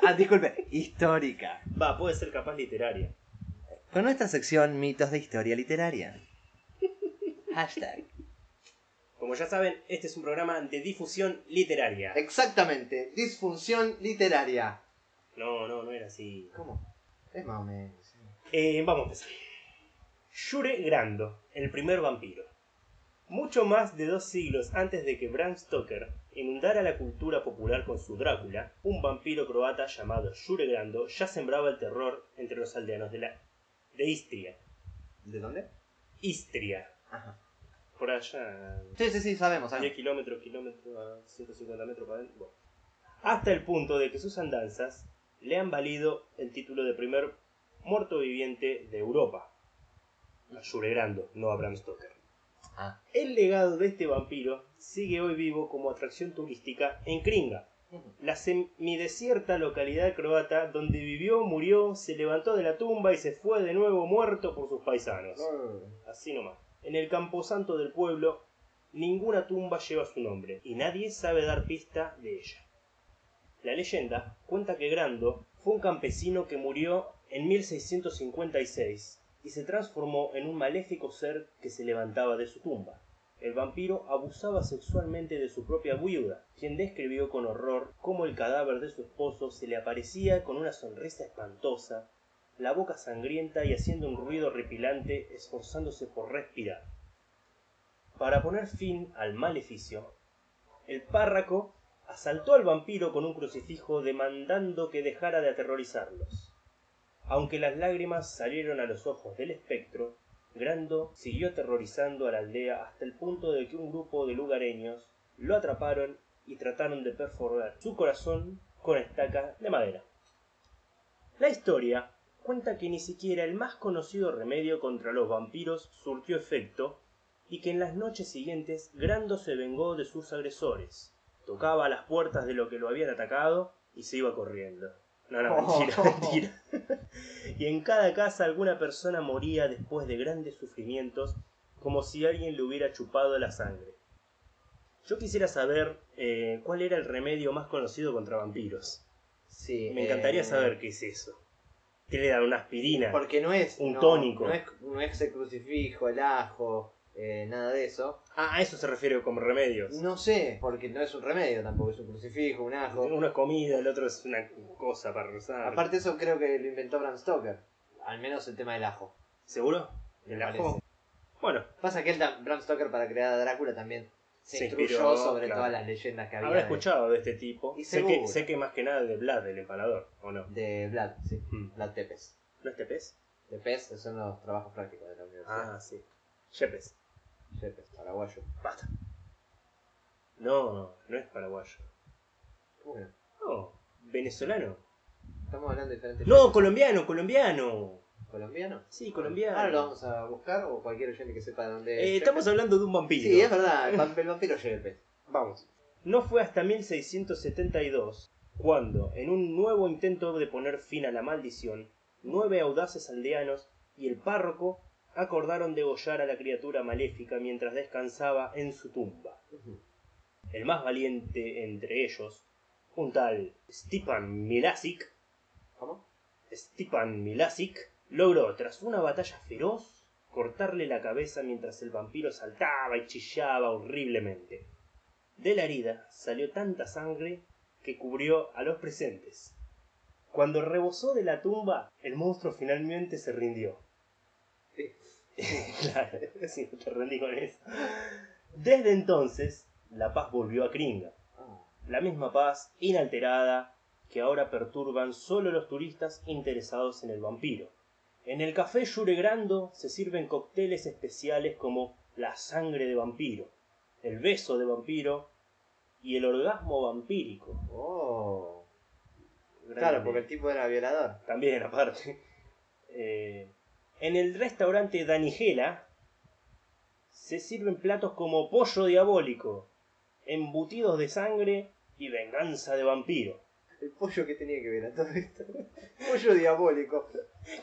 Speaker 5: ah, disculpe, histórica.
Speaker 3: Va, puede ser capaz literaria.
Speaker 5: Con nuestra sección mitos de historia literaria. Hashtag.
Speaker 3: Como ya saben, este es un programa de difusión literaria.
Speaker 5: Exactamente, disfunción literaria.
Speaker 3: No, no, no era así.
Speaker 5: ¿Cómo? Es más o menos. sí.
Speaker 3: Eh, vamos a empezar. Shure Grando, el primer vampiro. Mucho más de dos siglos antes de que Bram Stoker inundara la cultura popular con su Drácula, un vampiro croata llamado Shure Grando ya sembraba el terror entre los aldeanos de la de Istria.
Speaker 5: ¿De dónde?
Speaker 3: Istria,
Speaker 5: Ajá.
Speaker 3: por allá
Speaker 5: Sí, sí, sí, sabemos. sabemos.
Speaker 3: 10 kilómetros, kilómetros, a 150 metros para adentro. bueno. Hasta el punto de que sus andanzas le han valido el título de primer muerto viviente de Europa. A Grando, no a Bram Stoker.
Speaker 5: Ah.
Speaker 3: El legado de este vampiro sigue hoy vivo como atracción turística en Kringa,
Speaker 5: Ujú.
Speaker 3: la semidesierta localidad croata donde vivió, murió, se levantó de la tumba y se fue de nuevo muerto por sus paisanos.
Speaker 5: Ah.
Speaker 3: Así nomás. En el camposanto del pueblo, ninguna tumba lleva su nombre y nadie sabe dar pista de ella. La leyenda cuenta que Grando fue un campesino que murió en 1656 y se transformó en un maléfico ser que se levantaba de su tumba. El vampiro abusaba sexualmente de su propia viuda, quien describió con horror cómo el cadáver de su esposo se le aparecía con una sonrisa espantosa, la boca sangrienta y haciendo un ruido repilante esforzándose por respirar. Para poner fin al maleficio, el párraco asaltó al vampiro con un crucifijo demandando que dejara de aterrorizarlos. Aunque las lágrimas salieron a los ojos del espectro, Grando siguió aterrorizando a la aldea hasta el punto de que un grupo de lugareños lo atraparon y trataron de perforar su corazón con estacas de madera. La historia cuenta que ni siquiera el más conocido remedio contra los vampiros surtió efecto y que en las noches siguientes Grando se vengó de sus agresores. Tocaba a las puertas de lo que lo habían atacado y se iba corriendo. No, no, mentira, mentira. y en cada casa alguna persona moría después de grandes sufrimientos, como si alguien le hubiera chupado la sangre. Yo quisiera saber eh, cuál era el remedio más conocido contra vampiros.
Speaker 5: Sí,
Speaker 3: Me encantaría
Speaker 5: eh,
Speaker 3: saber qué es eso. ¿Qué le dan? ¿Una aspirina?
Speaker 5: Porque no es.
Speaker 3: Un
Speaker 5: no,
Speaker 3: tónico.
Speaker 5: No es, no es el crucifijo, el ajo, eh, nada de eso.
Speaker 3: Ah, a eso se refiere como remedios.
Speaker 5: No sé, porque no es un remedio tampoco, es un crucifijo, un ajo.
Speaker 3: Uno es comida, el otro es una cosa para rezar.
Speaker 5: Aparte, eso creo que lo inventó Bram Stoker. Al menos el tema del ajo.
Speaker 3: ¿Seguro?
Speaker 5: me
Speaker 3: ¿El ajo?
Speaker 5: parece.
Speaker 3: Bueno,
Speaker 5: Pasa que él, tam- Bram Stoker, para crear a Drácula también se,
Speaker 3: Se
Speaker 5: instruyó
Speaker 3: inspiró,
Speaker 5: sobre
Speaker 3: claro.
Speaker 5: todas las leyendas que había.
Speaker 3: habrá
Speaker 5: de-
Speaker 3: escuchado de este tipo.
Speaker 5: Y
Speaker 3: sé,
Speaker 5: seguro.
Speaker 3: que, sé que más que nada de Vlad, el empalador, ¿o no?
Speaker 5: De Vlad, sí.
Speaker 3: Mm.
Speaker 5: Vlad Tepes.
Speaker 3: ¿No es Tepes?
Speaker 5: De Pez son los trabajos prácticos de la universidad.
Speaker 3: Ah, sí. Yepes.
Speaker 5: Yepes, paraguayo.
Speaker 3: Basta. No, no es paraguayo. Eh,
Speaker 5: ¿Cómo que no?
Speaker 3: No, venezolano.
Speaker 5: Estamos hablando de diferentes.
Speaker 3: No, colombiano, colombiano.
Speaker 5: ¿Colombiano?
Speaker 3: Sí, colombiano.
Speaker 5: Ahora lo vamos a buscar o cualquier oyente que sepa dónde.
Speaker 3: Eh,
Speaker 5: es
Speaker 3: estamos
Speaker 5: Yepes.
Speaker 3: hablando de un vampiro.
Speaker 5: Sí, es verdad, el vamp- el vampiro Yepes.
Speaker 3: Vamos. No fue hasta 1672 cuando, en un nuevo intento de poner fin a la maldición, nueve audaces aldeanos y el párroco acordaron degollar a la criatura maléfica mientras descansaba en su tumba.
Speaker 5: Ujú.
Speaker 3: El más valiente entre ellos, un tal Stepan Milasic,
Speaker 5: ¿Cómo?
Speaker 3: Stepan Milasic logró, tras una batalla feroz, cortarle la cabeza mientras el vampiro saltaba y chillaba horriblemente. De la herida salió tanta sangre que cubrió a los presentes. Cuando rebosó de la tumba, el monstruo finalmente se rindió.
Speaker 5: Sí.
Speaker 3: claro, si no te rendí con eso. Desde entonces, la paz volvió a Kringa
Speaker 5: Ah,
Speaker 3: la misma paz inalterada que ahora perturban solo los turistas interesados en el vampiro. En el café Yuregrando se sirven cócteles especiales como la sangre de vampiro, el beso de vampiro y el orgasmo vampírico.
Speaker 5: Oh.
Speaker 3: Grande.
Speaker 5: Claro, porque el tipo era violador.
Speaker 3: También, aparte. Eh, en el restaurante Danigela se sirven platos como pollo diabólico, embutidos de sangre y venganza de vampiro.
Speaker 5: El pollo que tenía que ver a todo esto. pollo diabólico.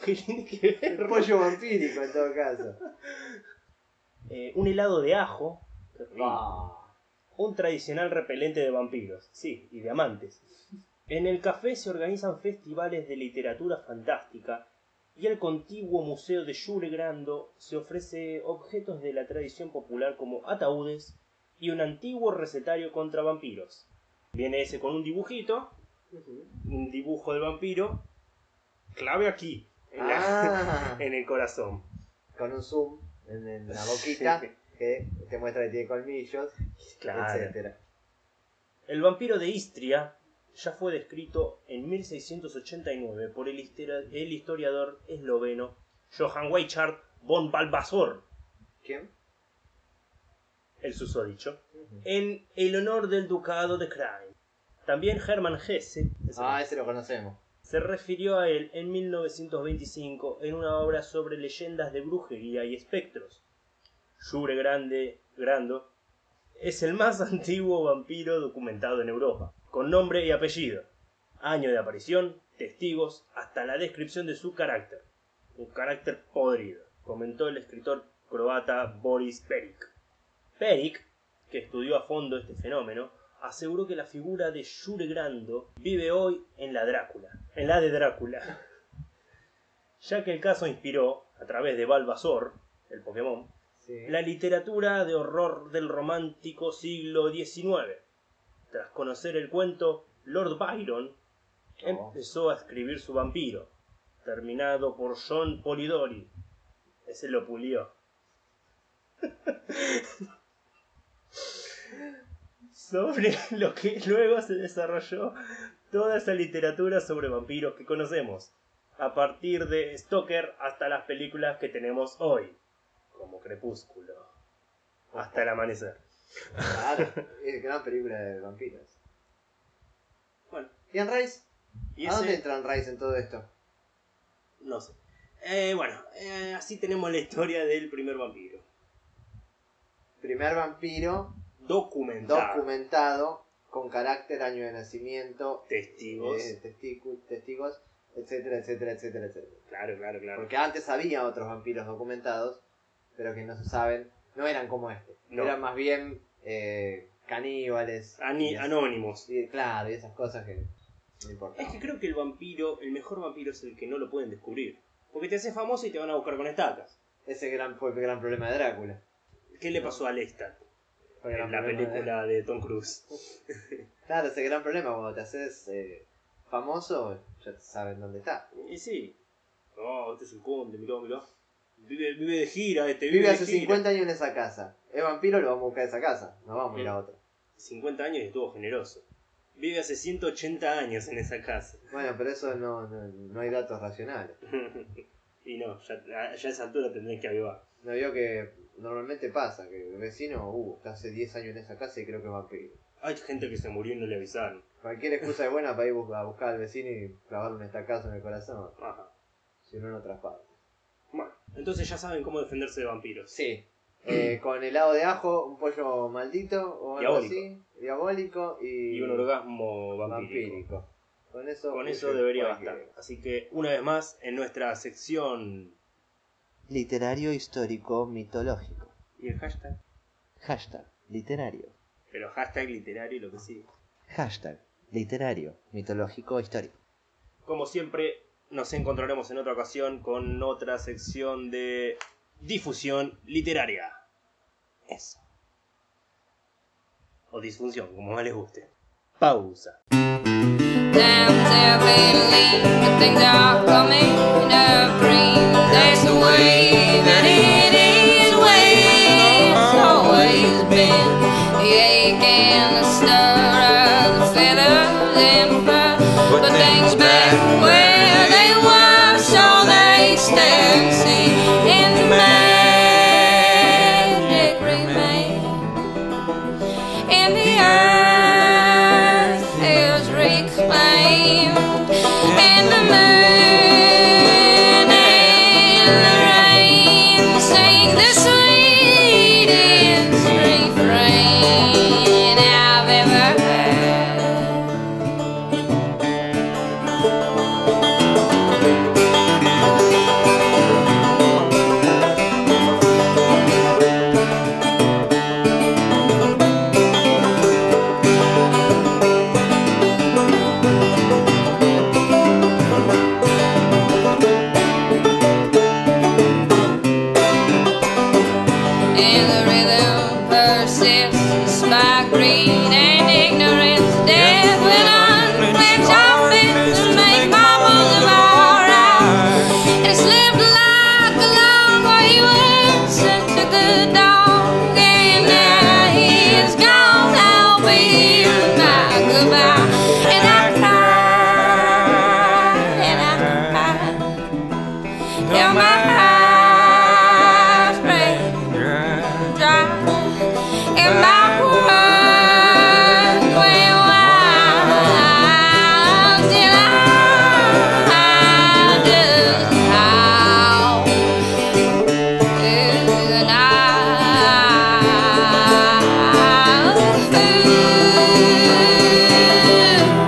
Speaker 3: ¿Qué tiene que ver?
Speaker 5: El pollo vampírico en todo caso.
Speaker 3: Eh, un helado de ajo. qué rico.
Speaker 5: Ah,
Speaker 3: Un tradicional repelente de vampiros. Sí, y diamantes. En el café se organizan festivales de literatura fantástica y el contiguo museo de Jure Grando se ofrece objetos de la tradición popular como ataúdes y un antiguo recetario contra vampiros. Viene ese con un dibujito, un dibujo de vampiro, clave aquí, en, la-
Speaker 5: Ah,
Speaker 3: en el corazón.
Speaker 5: con un zoom en, en la boquita
Speaker 3: Sí.
Speaker 5: que te muestra que tiene colmillos, etcétera.
Speaker 3: El vampiro de Istria ya fue descrito en 1689 por el, histera- el historiador esloveno Johann Weichard von Balbasor,
Speaker 5: ¿Quién?
Speaker 3: el susodicho,
Speaker 5: Ujú.
Speaker 3: en El honor del ducado de Krain. También Hermann Hesse ese
Speaker 5: Ah, ese lo conocemos.
Speaker 3: se refirió a él en 1925 en una obra sobre leyendas de brujería y espectros. Jure Grande Grando es el más antiguo vampiro documentado en Europa, con nombre y apellido, año de aparición, testigos, hasta la descripción de su carácter. Un carácter podrido, comentó el escritor croata Boris Peric. Peric, que estudió a fondo este fenómeno, aseguró que la figura de Jure Grando vive hoy en la Drácula, en la de Drácula.
Speaker 7: ya que el caso inspiró, a través de Balbazor, el Pokémon,
Speaker 3: Sí.
Speaker 7: la literatura de horror del romántico siglo XIX. Tras conocer el cuento, Lord Byron empezó a escribir su vampiro, terminado por John Polidori. Ese lo pulió. sobre lo que luego se desarrolló toda esa literatura sobre vampiros que conocemos, a partir de Stoker hasta las películas que tenemos hoy como crepúsculo. Hasta el amanecer.
Speaker 8: Claro, es gran película de vampiros. Bueno, ¿y Rice?
Speaker 3: Y
Speaker 8: ¿A dónde
Speaker 3: ese,
Speaker 8: entra Rice en todo esto?
Speaker 3: no sé. Eh, bueno, eh, así tenemos la historia del primer vampiro.
Speaker 8: Primer vampiro
Speaker 3: Documentado.
Speaker 8: documentado con carácter, año de nacimiento,
Speaker 3: Testigos.
Speaker 8: eh, testicu- testigos, etcétera, etcétera, etcétera, etcétera.
Speaker 3: Claro, claro, claro.
Speaker 8: Porque antes había otros vampiros documentados, pero que no se saben, no eran como este.
Speaker 3: No.
Speaker 8: Eran más bien eh, caníbales.
Speaker 3: Ani-
Speaker 8: y esas-
Speaker 3: anónimos.
Speaker 8: y, claro, y esas cosas que no
Speaker 3: Es
Speaker 7: Ah.
Speaker 8: importan.
Speaker 3: que creo que el vampiro, el mejor vampiro es el que no lo pueden descubrir. Porque te haces famoso y te van a buscar con estacas.
Speaker 8: Ese gran, fue el gran problema de Drácula.
Speaker 3: ¿Qué le pasó a Lestat
Speaker 8: Fue el gran
Speaker 3: en la
Speaker 8: problema de-
Speaker 7: eh.
Speaker 3: película de Tom Cruise?
Speaker 8: Claro, ese gran problema, cuando te haces eh, famoso, ya te saben dónde está.
Speaker 3: Y sí. No, este es el conde, mirá, mirá. Vive, vive de gira, este vive,
Speaker 8: Vive
Speaker 3: de
Speaker 8: hace
Speaker 3: gira.
Speaker 8: 50 años en esa casa. Es vampiro, lo vamos a buscar de esa casa. No vamos a
Speaker 3: Mm.
Speaker 8: ir a otra.
Speaker 3: 50 años y estuvo generoso. Vive hace 180 años en esa casa.
Speaker 8: Bueno, pero eso no, no, no hay datos racionales.
Speaker 3: y no, ya, a- ya a esa altura tendrías que avivar.
Speaker 8: No veo que normalmente pasa, que el vecino, uh, está hace 10 años en esa casa y creo que es vampiro.
Speaker 3: Hay gente que se murió y no le avisaron.
Speaker 8: Cualquier excusa es buena para ir bu- a buscar al vecino y clavarle un estacazo en el corazón,
Speaker 3: Ajá.
Speaker 8: si no en otras partes.
Speaker 3: Bueno, entonces ya saben cómo defenderse de vampiros.
Speaker 8: Sí. Eh, con helado de ajo, un pollo maldito o algo
Speaker 3: Diabólico.
Speaker 8: así, diabólico y,
Speaker 3: Y un orgasmo vampírico.
Speaker 8: vampírico. Con eso,
Speaker 3: Con eso
Speaker 8: huye
Speaker 3: debería
Speaker 8: cualquiera.
Speaker 3: bastar. Así que, una vez más, en nuestra sección.
Speaker 8: Literario histórico mitológico.
Speaker 3: ¿Y el hashtag?
Speaker 8: Hashtag literario.
Speaker 3: Pero hashtag literario y lo que sigue.
Speaker 8: Hashtag literario mitológico histórico.
Speaker 3: Como siempre, nos encontraremos en otra ocasión con otra sección de difusión literaria.
Speaker 8: Eso.
Speaker 3: O disfunción, como más les guste. Pausa.
Speaker 4: Damn, they're waiting, but things are coming in a dream. That's the way that it is, way it's always been. The ache and the stir of the feathers and fur, but things back where they were, so they still see in magic remains. And the earth is reclaimed, and the moon and the rain sing the sweetest refrain I've ever heard. And the rhythm persists by greed and ignorance. Death will unflinch our fists to make marbles of our eyes. And slip like a log while you listen to the dog. And now he's gone, I'll be my goodbye. And I cry, and I cry. Till my eyes break dry And my words went wild Till I just howl Through the night Ooh.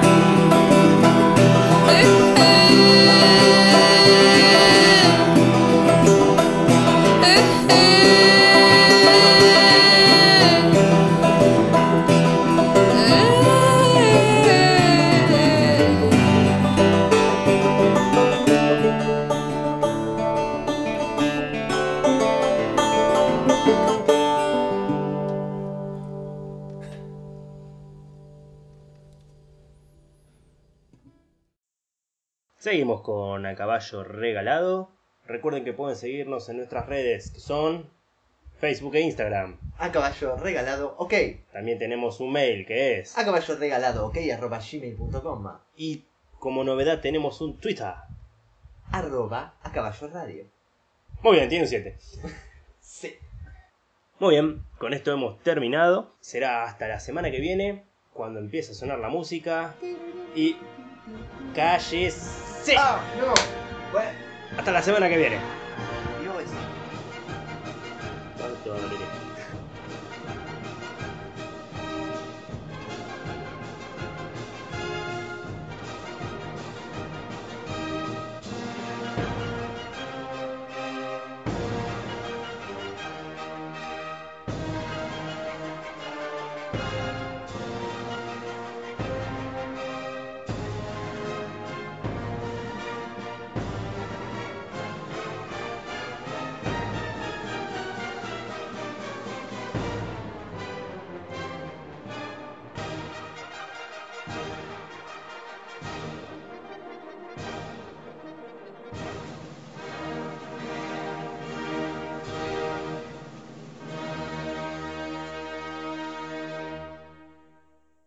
Speaker 3: Seguimos con A Caballo Regalado. Recuerden que pueden seguirnos en nuestras redes, que son Facebook e Instagram.
Speaker 2: A caballo regalado, ok.
Speaker 3: También tenemos un mail que es.
Speaker 2: A caballo regalado, ok. Arroba gmail.com.
Speaker 3: Y como novedad tenemos un Twitter.
Speaker 2: Arroba a caballo radio.
Speaker 3: Muy bien, tiene un 7.
Speaker 2: Sí.
Speaker 3: Muy bien, con esto hemos terminado. Será hasta la semana que viene, cuando empiece a sonar la música. Y. ¡Cállese!
Speaker 2: Ah, no. Bueno.
Speaker 3: Hasta la semana que viene.